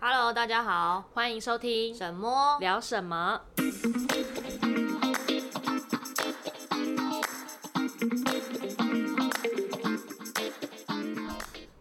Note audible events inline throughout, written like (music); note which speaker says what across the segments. Speaker 1: Hello，大家好，
Speaker 2: 欢迎收听
Speaker 1: 什么？
Speaker 2: 聊什么？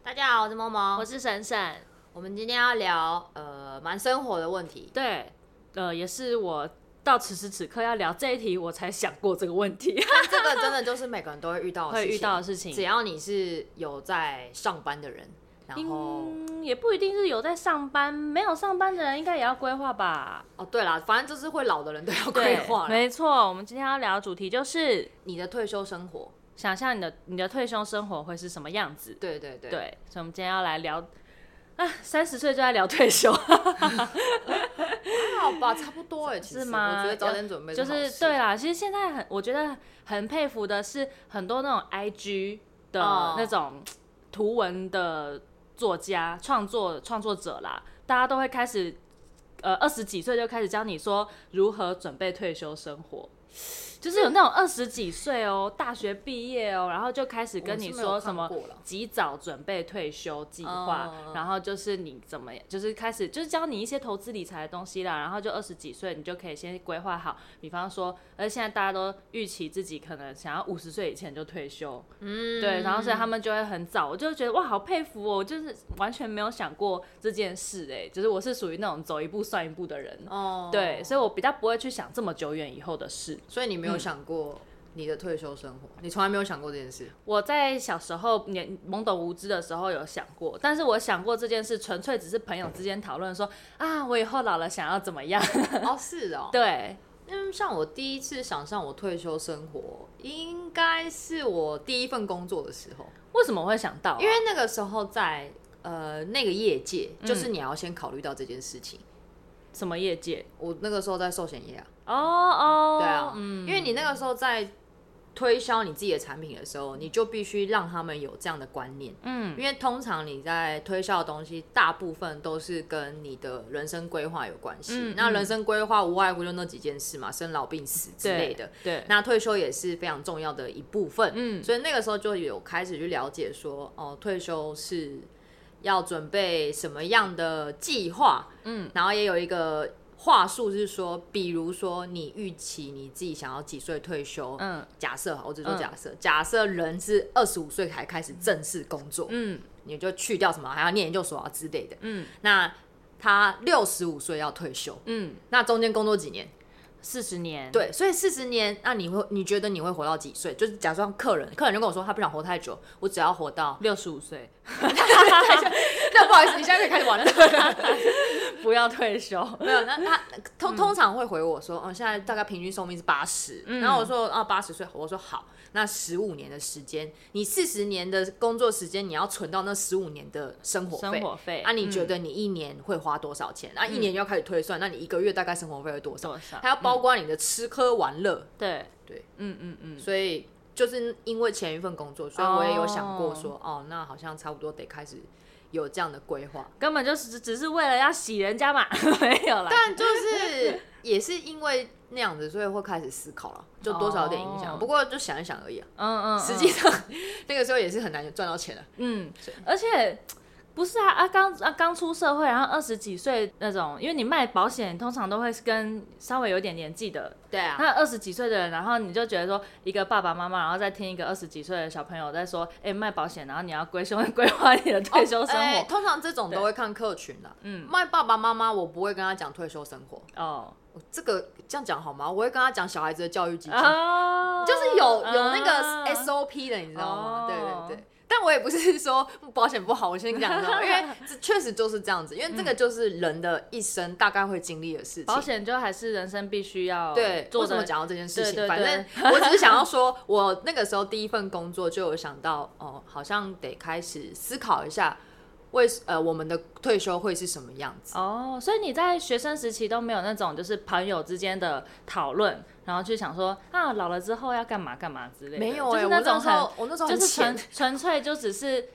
Speaker 1: 大家好，我是猫猫。
Speaker 2: 我是沈沈。
Speaker 1: 我们今天要聊呃蛮生活的问题，
Speaker 2: 对，呃，也是我到此时此刻要聊这一题，我才想过这个问题，
Speaker 1: 但这个真的就是每个人都会遇
Speaker 2: (laughs)
Speaker 1: 到的事
Speaker 2: 哦会
Speaker 1: 情，
Speaker 2: 遇到的事情
Speaker 1: 只。要你是有在上班的人，然后、
Speaker 2: 嗯，也不一定是有在上班，没有上班的人应该也要规划 (laughs) 吧？
Speaker 1: 哦对啦，反正就是会老的人都要
Speaker 2: 对
Speaker 1: 规划啦。
Speaker 2: 没错。我们今天要聊的主题就是
Speaker 1: 你的退休生活，
Speaker 2: 想象你的你的退休生活会是什么样子。
Speaker 1: 对对对，
Speaker 2: 对，所以我们今天要来聊啊，三十岁就在聊退休，
Speaker 1: 还好吧，差不多哎，其实
Speaker 2: 是吗
Speaker 1: 我觉得早点准备
Speaker 2: 就
Speaker 1: 好事
Speaker 2: 是对啊啦。其实现在很，我觉得很佩服的是很多那种 IG 的
Speaker 1: 哦
Speaker 2: 那种图文的作家、创作创作者啦，大家都会开始。呃，二十几岁就开始教你说如何准备退休生活，就是有那种二十几岁哦，大学毕业哦，然后就开始跟你说什么
Speaker 1: 我是没有看过啦
Speaker 2: 及早准备退休计划，
Speaker 1: 哦
Speaker 2: 然后就是你怎么，就是开始就是教你一些投资理财的东西啦，然后就二十几岁你就可以先规划好，比方说，而现在大家都预期自己可能想要五十岁以前就退休，嗯，对，然后所以他们就会很早，我就觉得哇，好佩服哦，我就是完全没有想过这件事、哎，就是我是属于那种走一步算一步的人，
Speaker 1: 哦，
Speaker 2: 对，嗯所以我比较不会去想这么久远以后的事。
Speaker 1: 所以你没有想过你的退休生活，你从来没有想过这件
Speaker 2: (laughs)
Speaker 1: 事，
Speaker 2: 我在小时候年懵懂无知的时候有想过，但是我想过这件事，纯粹只是朋友之间讨论说啊，我以后老了想要怎么样？
Speaker 1: 哦是哦，
Speaker 2: 对，
Speaker 1: 嗯，像我第一次想象我退休生活，应该是我第一份工作的时候，
Speaker 2: 为什么我会想到啊、
Speaker 1: 因为那个时候在呃那个业界，
Speaker 2: 嗯
Speaker 1: 就是你要先考虑到这件事情。
Speaker 2: 什么业界？
Speaker 1: 我那个时候在寿险业啊，
Speaker 2: 哦哦，
Speaker 1: 对啊，
Speaker 2: 嗯，
Speaker 1: 因为你那个时候在推销你自己的产品的时候，你就必须让他们有这样的观念，
Speaker 2: 嗯，
Speaker 1: 因为通常你在推销的东西，大部分都是跟你的人生规划有关系。
Speaker 2: 嗯
Speaker 1: 那
Speaker 2: 嗯
Speaker 1: 人生规划无外乎就那几件事嘛，生老病死之
Speaker 2: 对
Speaker 1: 类的。
Speaker 2: 对，
Speaker 1: 那退休也是非常重要的一部分，
Speaker 2: 嗯
Speaker 1: 所以那个时候就有开始去了解说，哦，退休是要准备什么样的计划，
Speaker 2: 嗯，
Speaker 1: 然后也有一个话术是说，比如说你预期你自己想要几岁退休，
Speaker 2: 嗯
Speaker 1: 假设好，我只说假设，假设人是二十五岁才开始正式工作，
Speaker 2: 嗯
Speaker 1: 你就去掉什么还要念研究所啊之类的，
Speaker 2: 嗯
Speaker 1: 那他六十五岁要退休，
Speaker 2: 嗯，
Speaker 1: 那中间工作几年？
Speaker 2: 四十年，，。
Speaker 1: 对，所以四十年，那你会你觉得你会活到几岁？就是假装客人，客人就跟我说他不想活太久，我只要活到
Speaker 2: 六十五岁，
Speaker 1: (laughs) 那不好意思，你现在可以开始玩了。
Speaker 2: 不要退休。
Speaker 1: 没有，那他通通常会回我说，嗯，现在大概平均寿命是八十、
Speaker 2: 嗯
Speaker 1: 然后我说啊八十岁，我说好，那十五年的时间，你四十年的工作时间，你要存到那十五年的生活费。
Speaker 2: 生活费嗯
Speaker 1: 啊，你觉得你一年会花多少钱？啊，一年就要开始推算，那你一个月大概生活费会多少？
Speaker 2: 多少
Speaker 1: 还？要包括你的吃喝玩乐，
Speaker 2: 对
Speaker 1: 对，
Speaker 2: 嗯嗯嗯，
Speaker 1: 所以就是因为前一份工作，所以我也有想过说，哦那好像差不多得开始有这样的规划。
Speaker 2: 根本就是只只是为了要洗人家嘛，没有啦。
Speaker 1: 但就是也是因为那样子，所以会开始思考了，就多少有点影响。
Speaker 2: 哦
Speaker 1: 不过就想一想而已、啊。
Speaker 2: 嗯嗯，嗯
Speaker 1: 实际上、 (laughs) 那个时候也是很难赚到钱的、
Speaker 2: 嗯，而且不是啊啊刚啊刚出社会，然后二十几岁那种，因为你卖保险通常都会是跟稍微有点年纪的，
Speaker 1: 对啊，
Speaker 2: 那二十几岁的人，然后你就觉得说一个爸爸妈妈，然后再听一个二十几岁的小朋友在说，哎、卖保险，然后你要规修 (laughs) 规划你的退休生
Speaker 1: 哦哎
Speaker 2: 活，
Speaker 1: 通常这种都
Speaker 2: 对
Speaker 1: 会看客群啦。
Speaker 2: 嗯
Speaker 1: 卖爸爸妈妈，我不会跟他讲退休生活，
Speaker 2: 哦
Speaker 1: 我这个这样讲好吗？我会跟他讲小孩子的教育基金。
Speaker 2: 啊
Speaker 1: 哎就是有有那
Speaker 2: 啊
Speaker 1: 个 SOP 的，你知道吗？
Speaker 2: 哦
Speaker 1: 对对对。但我也不是说 (laughs) 保险不好，我先讲
Speaker 2: (laughs)
Speaker 1: 说，因为这确实就是这样子，因为这个就是人的一生大概会经历的事情。
Speaker 2: 保险就还是人生必须要
Speaker 1: 对，
Speaker 2: 做
Speaker 1: 为什么
Speaker 2: 的，
Speaker 1: 讲到这件事情？
Speaker 2: 对对
Speaker 1: 反正我只是想要说，我那个时候第一份工作就有想到，哦，好像得开始思考一下为呃我们的退休会是什么样子。
Speaker 2: 哦，所以你在学生时期都没有那种就是朋友之间的讨论，然后去想说啊老了之后要干嘛干嘛之类的，
Speaker 1: 没有
Speaker 2: 就
Speaker 1: 哎、
Speaker 2: 是
Speaker 1: 我
Speaker 2: 那
Speaker 1: 那时
Speaker 2: 种很
Speaker 1: 候我那时候
Speaker 2: 就
Speaker 1: 很
Speaker 2: 是
Speaker 1: 浅
Speaker 2: (laughs) 纯纯粹就只是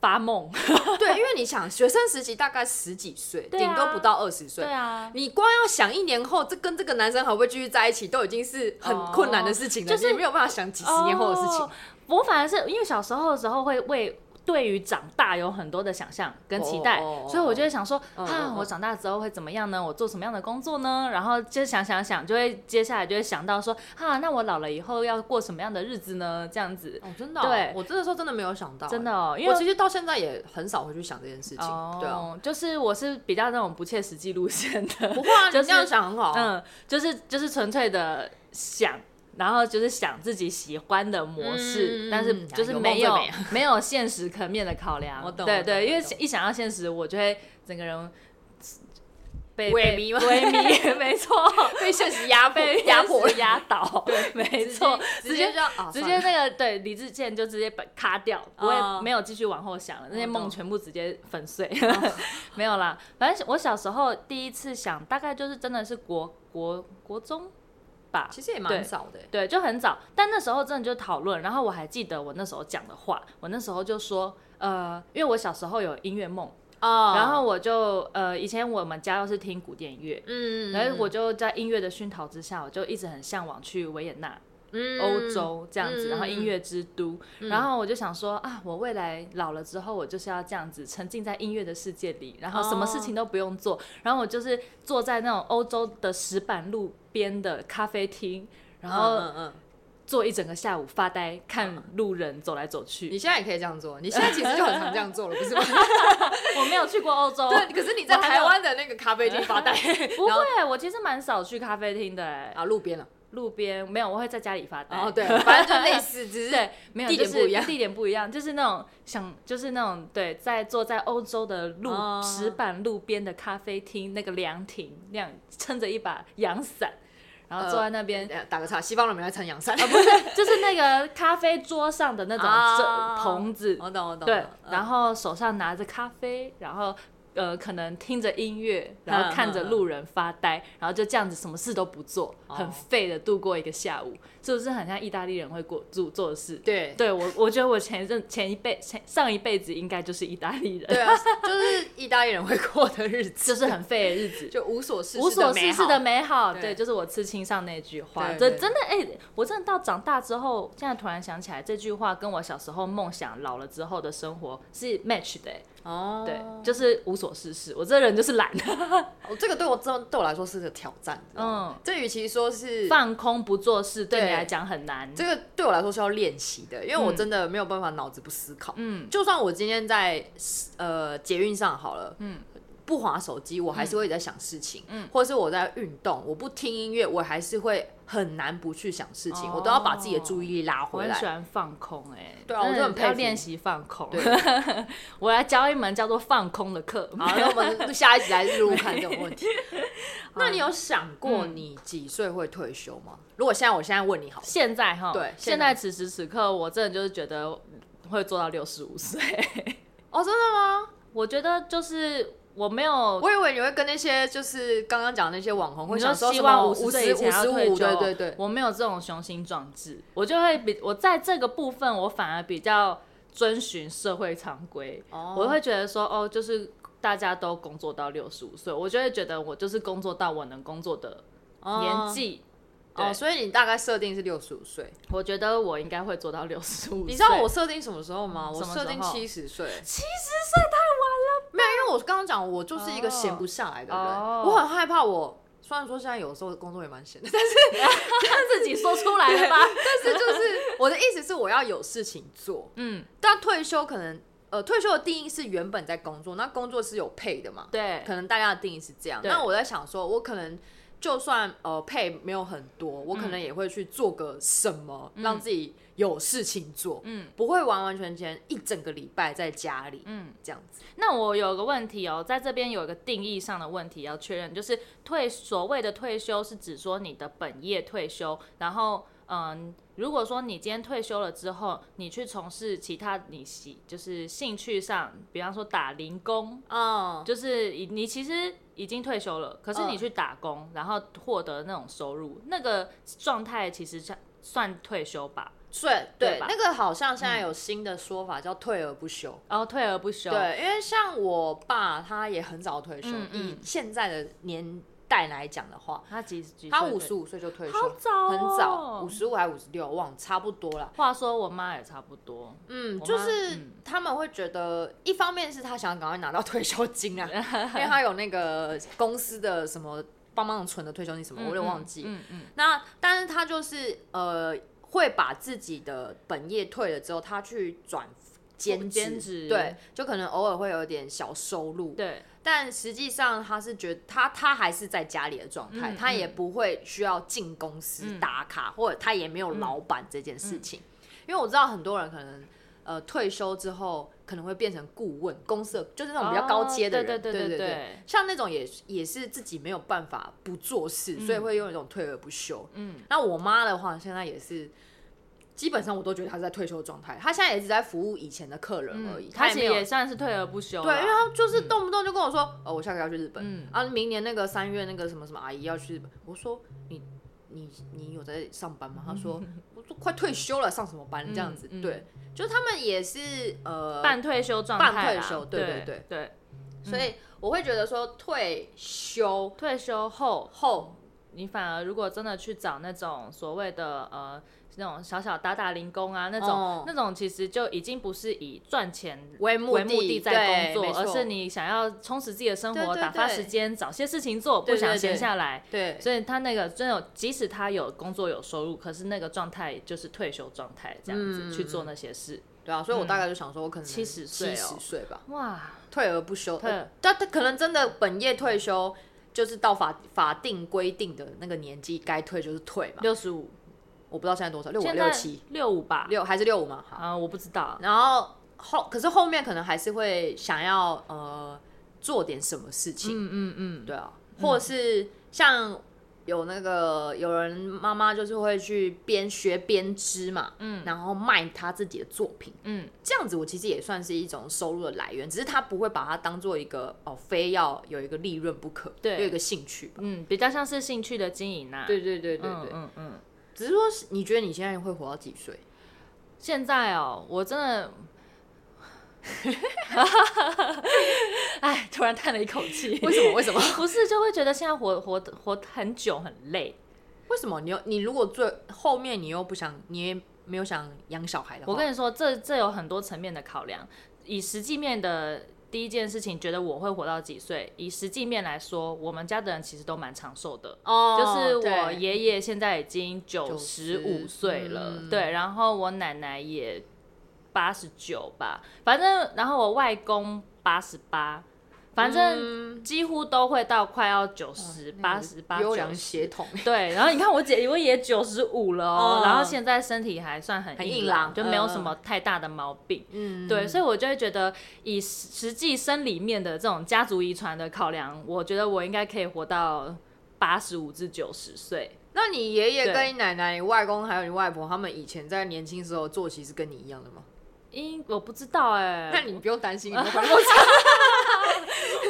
Speaker 2: 发
Speaker 1: (laughs)
Speaker 2: 梦，
Speaker 1: 对，因为你想学生时期大概十几岁，
Speaker 2: 对
Speaker 1: 顶
Speaker 2: 啊
Speaker 1: 多不到二十岁， (laughs)
Speaker 2: 啊。
Speaker 1: 你光要想一年后这跟这个男生还会不会继续在一起，都已经是很困难的事情了，
Speaker 2: 哦就是
Speaker 1: 哦你没有办法想几十年后的事情。
Speaker 2: 哦我反而是因为小时候的时候会为对于长大有很多的想象跟期待，
Speaker 1: 哦哦哦
Speaker 2: 所以我就会想说，
Speaker 1: 嗯
Speaker 2: 啊
Speaker 1: 嗯，嗯
Speaker 2: 我长大之后会怎么样呢？我做什么样的工作呢？然后就想想想，就会接下来就会想到说，啊，那我老了以后要过什么样的日子呢？这样子，
Speaker 1: 哦，真的哦、
Speaker 2: 对
Speaker 1: 我这个时候真的没有想到、
Speaker 2: 真的、哦，因
Speaker 1: 我
Speaker 2: 为
Speaker 1: 其实到现在也很少会去想这件事情，对啊，
Speaker 2: 哦，就是我是比较那种不切实际路线的，
Speaker 1: 不会啊，
Speaker 2: 就
Speaker 1: 你这样
Speaker 2: 是
Speaker 1: 想很好、啊，
Speaker 2: 嗯，就是就是纯粹的想，然后就是想自己喜欢的模式，
Speaker 1: 嗯
Speaker 2: 但是
Speaker 1: 嗯
Speaker 2: 就是
Speaker 1: 有梦
Speaker 2: 没
Speaker 1: 最
Speaker 2: 有
Speaker 1: 美
Speaker 2: 没有现实层面的考量。
Speaker 1: 我懂
Speaker 2: 对
Speaker 1: 我
Speaker 2: 对，
Speaker 1: 懂
Speaker 2: 因为
Speaker 1: 我懂
Speaker 2: 一想到现实，我就会整个人被
Speaker 1: 萎
Speaker 2: 被
Speaker 1: 靡吗
Speaker 2: 萎靡， (laughs) 没
Speaker 1: (laughs)
Speaker 2: 错，
Speaker 1: 嗯被现实压迫
Speaker 2: 被
Speaker 1: 压迫
Speaker 2: 现实，压倒，对， (laughs) 没错，
Speaker 1: 直接就啊，
Speaker 2: 直
Speaker 1: 算
Speaker 2: 接
Speaker 1: 了
Speaker 2: 那个对李志健就直接把卡掉，不
Speaker 1: 哦
Speaker 2: 会没有继续往后想了，那些
Speaker 1: 我
Speaker 2: 梦
Speaker 1: 懂哦
Speaker 2: 全部直接粉碎， (laughs) 没有啦。反正我小时候第一次想，大概就是真的是国国国中吧，
Speaker 1: 其实也
Speaker 2: 对
Speaker 1: 蛮少的欸、
Speaker 2: 对，就很早，但那时候真的就讨论，然后我还记得我那时候讲的话，我那时候就说，呃，因为我小时候有音乐梦，
Speaker 1: 哦
Speaker 2: 然后我就呃，以前我们家又是听古典乐。
Speaker 1: 嗯，
Speaker 2: 然后我就在音乐的熏陶之下，我就一直很向往去维也纳，
Speaker 1: 嗯
Speaker 2: 欧，洲这样
Speaker 1: 嗯
Speaker 2: 子，
Speaker 1: 嗯
Speaker 2: 然后音乐之都，
Speaker 1: 嗯
Speaker 2: 然后我就想说啊，我未来老了之后，我就是要这样子沉浸在音乐的世界里，然后什么
Speaker 1: 哦
Speaker 2: 事情都不用做，然后我就是坐在那种欧洲的石板路边的咖啡厅，然
Speaker 1: 嗯
Speaker 2: 后
Speaker 1: 嗯嗯，
Speaker 2: 坐一整个下午发呆，看路人走来走去。
Speaker 1: 你现在也可以这样做，你现在其实就很常这样做了，不是吗？
Speaker 2: 我没有去过欧洲，
Speaker 1: (laughs) 对，可是你在
Speaker 2: 我还没
Speaker 1: 台
Speaker 2: 有
Speaker 1: 湾的那个咖啡厅发 (laughs) 呆
Speaker 2: 不会，我其实蛮少去咖啡厅的、欸，
Speaker 1: 啊，路边了。
Speaker 2: 路边没有，我会在家里发呆。
Speaker 1: 哦， (laughs) 对，反正就类似，只是
Speaker 2: 对，没有
Speaker 1: 地点
Speaker 2: 就是
Speaker 1: 不一样
Speaker 2: 地点不一样，就是那种想，就是那种对，在坐在欧洲的路、
Speaker 1: 哦
Speaker 2: 石板路边的咖啡厅，那个凉亭，那样撑着一把阳伞，然后坐在那边。
Speaker 1: 呃打个岔，西方人没在撑阳伞， (laughs)
Speaker 2: 就是那个咖啡桌上的那种
Speaker 1: 啊
Speaker 2: 这棚子，
Speaker 1: 我懂我嗯懂
Speaker 2: 对，然
Speaker 1: 后
Speaker 2: 后手上拿着咖啡，然后呃，可能听着音乐，然
Speaker 1: 嗯
Speaker 2: 后看着路人发呆，然后就这样子什么事都不做，
Speaker 1: 哦
Speaker 2: 很废的度过一个下午，是不是很像意大利人会过做做的事？
Speaker 1: 对
Speaker 2: 对我，我觉得我前一阵前一辈前上一辈子应该就是意大利人，
Speaker 1: 对啊，就是意大利人会过的日子，
Speaker 2: (laughs) 就是很废的日子。
Speaker 1: 就无所事
Speaker 2: 无所事事的
Speaker 1: 美
Speaker 2: 美好，
Speaker 1: 对
Speaker 2: 对，就是我刺青上那句话，
Speaker 1: 对
Speaker 2: 这
Speaker 1: 对
Speaker 2: 真的哎、我真的到长大之后，现在突然想起来这句话跟我小时候梦想老了之后的生活是 match 的、哎
Speaker 1: 好哦，
Speaker 2: 对，就是无所事事。我这人就是懒，
Speaker 1: 哦这个对我真对我来说是个挑战，嗯
Speaker 2: 嗯，
Speaker 1: 这与其说是
Speaker 2: 放空不做事，对你
Speaker 1: 对
Speaker 2: 来讲很难。
Speaker 1: 这个对我来说是要练习的，因为我
Speaker 2: 嗯
Speaker 1: 真的没有办法脑子不思考，
Speaker 2: 嗯，
Speaker 1: 就算我今天在呃捷运上好了，
Speaker 2: 嗯
Speaker 1: 嗯，不划手机，我还是会一直在想事情，
Speaker 2: 嗯
Speaker 1: 嗯，或者是我在运动，我不听音乐，我还是会很难不去想事情，
Speaker 2: 哦
Speaker 1: 我都要把自己的注意力拉
Speaker 2: 我
Speaker 1: 回
Speaker 2: 很喜
Speaker 1: 来。
Speaker 2: 欢放空、哎，
Speaker 1: 对啊我
Speaker 2: 真
Speaker 1: 就
Speaker 2: 的
Speaker 1: 很佩服
Speaker 2: 要练习放空
Speaker 1: 对。
Speaker 2: (laughs) 我来教一门叫做放空的课。
Speaker 1: 好，那我们下一集来录录看这种问
Speaker 2: (laughs)
Speaker 1: 题。那你有想过你几岁会退休吗？如果现在我现在问你好了，
Speaker 2: 现在哈，
Speaker 1: 对
Speaker 2: 现
Speaker 1: 现
Speaker 2: 在
Speaker 1: 在
Speaker 2: 此时此刻，我真的就是觉得会做到六十五
Speaker 1: (laughs)
Speaker 2: 岁。
Speaker 1: 哦，真的吗？
Speaker 2: 我觉得就是我没有
Speaker 1: 我以为你会跟那些就是刚刚讲那些网红会
Speaker 2: 你
Speaker 1: 想
Speaker 2: 说
Speaker 1: 说
Speaker 2: 希
Speaker 1: 什
Speaker 2: 望
Speaker 1: 么
Speaker 2: 五
Speaker 1: 五
Speaker 2: 岁以
Speaker 1: 十
Speaker 2: 前
Speaker 1: 五
Speaker 2: 要
Speaker 1: 十
Speaker 2: 退
Speaker 1: 五，
Speaker 2: 休，
Speaker 1: 对对对，
Speaker 2: 我没有这种雄心壮志，我就会比我在这个部分，我反而比较遵循社会常规，
Speaker 1: 哦
Speaker 2: 我会觉得说，哦，就是大家都工作到六十五岁，我就会觉得我就是工作到我能工作的年纪。对
Speaker 1: 哦，所以你大概设定是六十五岁。
Speaker 2: 我觉得我应该会做到六十五。
Speaker 1: 你知道
Speaker 2: (laughs)
Speaker 1: 我设定什么时候吗？我
Speaker 2: 什么时候
Speaker 1: 设定七十岁，
Speaker 2: 七十岁
Speaker 1: 没有，因为我刚刚讲，我就是一个闲不下来的人，
Speaker 2: 哦
Speaker 1: 我很害怕我。虽然说现在有时候工作也蛮闲的，但是
Speaker 2: 他自己说出来 (laughs) 了吧？
Speaker 1: 但是就是我的意思是我要有事情做，
Speaker 2: 嗯，
Speaker 1: 但退休可能呃退休的定义是原本在工作，那工作是有配的嘛，
Speaker 2: 对
Speaker 1: 可，能大家的定义是这样。
Speaker 2: 对
Speaker 1: 那我在想说，我可能就算呃配没有很多，我可能也会去做个什么，让自己有事情做，
Speaker 2: 嗯
Speaker 1: 不会完完全全一整个礼拜在家里，
Speaker 2: 嗯。
Speaker 1: 这样子。
Speaker 2: 那我有个问题哦，在这边有一个定义上的问题要确认，就是退所谓的退休是指说你的本业退休，然后嗯，如果说你今天退休了之后，你去从事其他你喜就是兴趣上，比方说打零工，
Speaker 1: 哦，
Speaker 2: 就是你你其实已经退休了，可是你
Speaker 1: 嗯
Speaker 2: 去打工，然后获得那种收入，那个状态其实算算退休吧，
Speaker 1: 对
Speaker 2: 对
Speaker 1: 对
Speaker 2: 吧，
Speaker 1: 那个好像现在有新的说法、叫退而不休。
Speaker 2: 然后退而不休，
Speaker 1: 对，因为像我爸他也很早退休，
Speaker 2: 嗯嗯嗯
Speaker 1: 以现在的年代来讲的话，
Speaker 2: 他几几岁退？
Speaker 1: 他五十五岁就退休，
Speaker 2: 好早哦
Speaker 1: 很早，五十五还五十六，忘了差不多了。
Speaker 2: 话说我妈也差不多，
Speaker 1: 嗯，
Speaker 2: 我
Speaker 1: 就
Speaker 2: 妈
Speaker 1: 是
Speaker 2: 嗯
Speaker 1: 他们会觉得，一方面是他想赶快拿到退休金
Speaker 2: (laughs)
Speaker 1: 啊，因为他有那个公司的什么帮忙存的退休金什么，我有点忘记。
Speaker 2: 嗯嗯，
Speaker 1: 那但是他就是呃，会把自己的本业退了之后，他去转兼
Speaker 2: 兼职
Speaker 1: 对，就可能偶尔会有点小收入，
Speaker 2: 对，
Speaker 1: 但实际上他是觉得他他还是在家里的状态，
Speaker 2: 嗯
Speaker 1: 他也不会需要进公司
Speaker 2: 嗯
Speaker 1: 打卡，或者他也没有老板这件事情，因为我知道很多人可能。呃，退休之后可能会变成顾问，公司的就是那种比较高阶的
Speaker 2: 哦
Speaker 1: 人，
Speaker 2: 对
Speaker 1: 对
Speaker 2: 对
Speaker 1: 对
Speaker 2: 对对。
Speaker 1: 像那种也也是自己没有办法不做事，所以会用一种退而不休。
Speaker 2: 嗯，
Speaker 1: 那我妈的话，现在也是，基本上我都觉得她是在退休状态，她现在也只在服务以前的客人而已，呃她
Speaker 2: 嗯她
Speaker 1: 也
Speaker 2: 其
Speaker 1: 没
Speaker 2: 实
Speaker 1: 有
Speaker 2: 也算是退而不休啦，
Speaker 1: 对，因为他就是动不动就跟我说，哦，我下个月要去日本，
Speaker 2: 嗯
Speaker 1: 啊，明年那个三月那个什么什么阿姨要去日本，我说你你你有在上班吗？他说我都快退休了，上什么班这样子？
Speaker 2: 嗯嗯嗯
Speaker 1: 对，就是他们也是呃，
Speaker 2: 半退休状态啦，
Speaker 1: 半退休对
Speaker 2: 对
Speaker 1: 对对
Speaker 2: 对对，嗯
Speaker 1: 所以我会觉得说退休
Speaker 2: 退休后
Speaker 1: 后，
Speaker 2: 你反而如果真的去找那种所谓的呃那种小小打打零工啊，那种、
Speaker 1: 哦
Speaker 2: 那种其实就已经不是以赚钱
Speaker 1: 为目
Speaker 2: 目
Speaker 1: 的
Speaker 2: 的在工
Speaker 1: 对没
Speaker 2: 作，
Speaker 1: 错
Speaker 2: 而是你想要充实自己的生活，
Speaker 1: 对对对
Speaker 2: 打发时间，找些事情做，
Speaker 1: 对
Speaker 2: 不
Speaker 1: 对
Speaker 2: 想
Speaker 1: 对
Speaker 2: 闲下来。
Speaker 1: 对，
Speaker 2: 所以他那个真的有，即使他有工作有收入，可是那个状态就是退休状态，这样子、
Speaker 1: 嗯
Speaker 2: 去做那些事。
Speaker 1: 对啊，所以我大概就想说，我可能
Speaker 2: 70
Speaker 1: 七
Speaker 2: 嗯岁
Speaker 1: 十
Speaker 2: 哦
Speaker 1: 岁吧，
Speaker 2: 哇，
Speaker 1: 退而不休，
Speaker 2: 退
Speaker 1: 呃但他可能真的本业退休。就是到法法定规定的那个年纪该退就是退嘛，
Speaker 2: 六十五，
Speaker 1: 我不知道现在多少，六五
Speaker 2: 现
Speaker 1: 六
Speaker 2: 在
Speaker 1: 七
Speaker 2: 六五吧？
Speaker 1: 六还是六五嘛？好，
Speaker 2: 啊，我不知道。
Speaker 1: 然后后可是后面可能还是会想要呃做点什么事情，
Speaker 2: 嗯嗯嗯，
Speaker 1: 对啊，或者是像有那个有人妈妈就是会去编学编织嘛，嗯，然后卖她自己的作品，
Speaker 2: 嗯，
Speaker 1: 这样子我其实也算是一种收入的来源，只是她不会把它当做一个哦非要有一个利润不可，
Speaker 2: 对
Speaker 1: 有一个兴趣吧。
Speaker 2: 嗯，比较像是兴趣的经营啊。
Speaker 1: 对对对对
Speaker 2: 嗯
Speaker 1: 对，
Speaker 2: 嗯嗯。
Speaker 1: 只是说你觉得你现在会活到几岁？
Speaker 2: 现在哦，我真的，哎，突然叹了一口气。
Speaker 1: 为什么？为什么？
Speaker 2: 不是，就会觉得现在活活活很久很累。
Speaker 1: 为什么你又你如果最后面你又不想，你也没有想养小孩的话，
Speaker 2: 我跟你说，这这有很多层面的考量。以实际面的第一件事情，觉得我会活到几岁？以实际面来说，我们家的人其实都蛮长寿的。
Speaker 1: 哦，
Speaker 2: 就是我
Speaker 1: 对
Speaker 2: 爷爷现在已经九十五
Speaker 1: 90
Speaker 2: 岁了，
Speaker 1: 嗯
Speaker 2: 对，然后我奶奶也八十九吧，反正然后我外公八十八，反
Speaker 1: 嗯
Speaker 2: 正几乎都会到快要九十八十八
Speaker 1: 嗯优
Speaker 2: 九
Speaker 1: 良
Speaker 2: 十。
Speaker 1: 血
Speaker 2: (laughs)
Speaker 1: 统，
Speaker 2: 对，然后你看我姐，我也九十五了
Speaker 1: 嗯，
Speaker 2: 哦然后现在身体还算很
Speaker 1: 很
Speaker 2: 硬
Speaker 1: 硬朗
Speaker 2: 朗，就没有什
Speaker 1: 嗯
Speaker 2: 么太大的毛病。
Speaker 1: 嗯，
Speaker 2: 对，所以我就会觉得以实实际生理面的这种家族遗传的考量，我觉得我应该可以活到八十五至九十岁。
Speaker 1: 那你爷爷
Speaker 2: 对
Speaker 1: 跟你奶奶、你外公还有你外婆，他们以前在年轻时候作息是跟你一样的吗？
Speaker 2: 因我不知道哎、
Speaker 1: (laughs) 那你不用担心，你们活那么长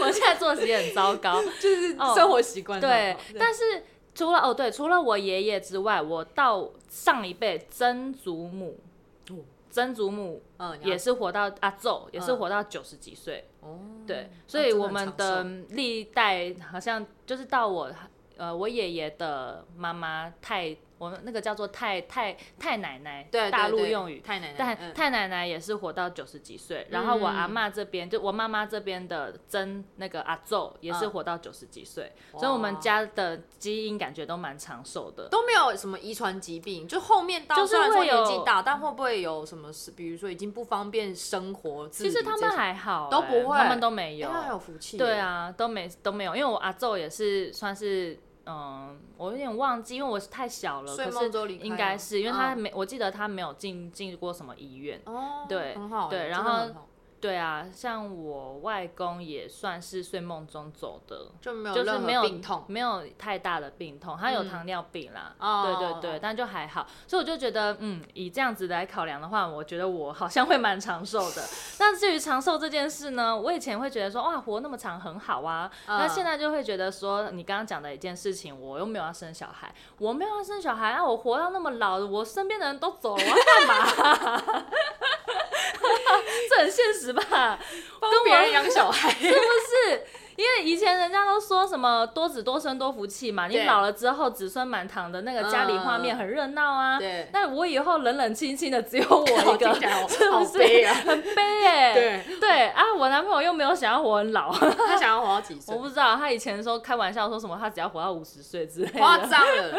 Speaker 2: 我现在作息很糟
Speaker 1: (laughs)
Speaker 2: 糕。
Speaker 1: 就是
Speaker 2: 哦
Speaker 1: 生活习惯很
Speaker 2: 对
Speaker 1: 好。，
Speaker 2: 但是除了哦对，除了我爷爷之外，我到上一辈曾祖母
Speaker 1: 哦，
Speaker 2: 曾祖母
Speaker 1: 嗯，
Speaker 2: 也
Speaker 1: 也
Speaker 2: 是活到阿奏，也是
Speaker 1: 嗯
Speaker 2: 活到九十几岁。
Speaker 1: 哦，
Speaker 2: 对
Speaker 1: 哦，
Speaker 2: 所以
Speaker 1: 真的
Speaker 2: 我
Speaker 1: 很
Speaker 2: 们
Speaker 1: 长
Speaker 2: 的
Speaker 1: 寿
Speaker 2: 历代好像就是到我呃我爷爷的妈妈太，我们那个叫做太太太奶奶，
Speaker 1: 对对
Speaker 2: 大陆
Speaker 1: 对
Speaker 2: 用语。
Speaker 1: 太奶奶，
Speaker 2: 但
Speaker 1: 嗯
Speaker 2: 太奶奶也是活到九十几岁，然后我阿嬷这边就我妈妈这边的曾那个阿昼也是
Speaker 1: 嗯
Speaker 2: 活到九十几岁，
Speaker 1: 哇
Speaker 2: 所以我们家的基因感觉都蛮长寿的。
Speaker 1: 都没有什么遗传疾病，就后面到
Speaker 2: 就是
Speaker 1: 虽然说
Speaker 2: 会有
Speaker 1: 年纪大，但会不会有什么事？比如说已经不方便生活，
Speaker 2: 其实他们还好欸、
Speaker 1: 都不会
Speaker 2: 他们都没有，
Speaker 1: 有哎很有福气，
Speaker 2: 对，啊，都没都没有，因为我阿昼也是算是，嗯，我有点忘记，因为我是太小了，
Speaker 1: 睡
Speaker 2: 可
Speaker 1: 梦
Speaker 2: 是
Speaker 1: 中离开
Speaker 2: 应该
Speaker 1: 了
Speaker 2: 是因为他
Speaker 1: 嗯
Speaker 2: 没，我记得他没有进进过什么医院。
Speaker 1: 哦，
Speaker 2: 对
Speaker 1: 很好欸，
Speaker 2: 对
Speaker 1: 真的
Speaker 2: 然后
Speaker 1: 很好
Speaker 2: 对啊，像我外公也算是睡梦中走的，
Speaker 1: 就没有
Speaker 2: 就是
Speaker 1: 任何
Speaker 2: 没有嗯
Speaker 1: 病痛，嗯
Speaker 2: 没有太大的病痛，他有糖尿病啦，
Speaker 1: 哦
Speaker 2: 对对对，但就还好，所以我就觉得，嗯，以这样子来考量的话，我觉得我好像会蛮长寿
Speaker 1: (laughs)
Speaker 2: 的。那至于长寿这件事呢，我以前会觉得说，哇，活那么长很好啊，
Speaker 1: 嗯
Speaker 2: 那现在就会觉得说，你刚刚讲的一件事情，我又没有要生小孩，我没有要生小孩啊，我活到那么老，我身边的人都走了，我要干嘛？ (laughs) 这很现实吧？
Speaker 1: 帮
Speaker 2: 跟我
Speaker 1: 别人养小孩，
Speaker 2: (laughs) 是不是？因为以前人家都说什么多子多孙多福气嘛，你
Speaker 1: 对
Speaker 2: 老了之后子孙满堂的那个家里画面
Speaker 1: 嗯
Speaker 2: 很热闹啊。
Speaker 1: 对
Speaker 2: 那我以后冷冷清清的，只有我
Speaker 1: (laughs)
Speaker 2: 一个，
Speaker 1: 听起来好
Speaker 2: 是不
Speaker 1: 好
Speaker 2: 是
Speaker 1: 悲啊
Speaker 2: 很悲
Speaker 1: (laughs)
Speaker 2: 哎、
Speaker 1: 对
Speaker 2: 对啊，我男朋友又没有想要活很老，
Speaker 1: 他想要活到几岁
Speaker 2: 我？不知道他以前说开玩笑说什么他只要活到五十岁之类的，
Speaker 1: 夸张了，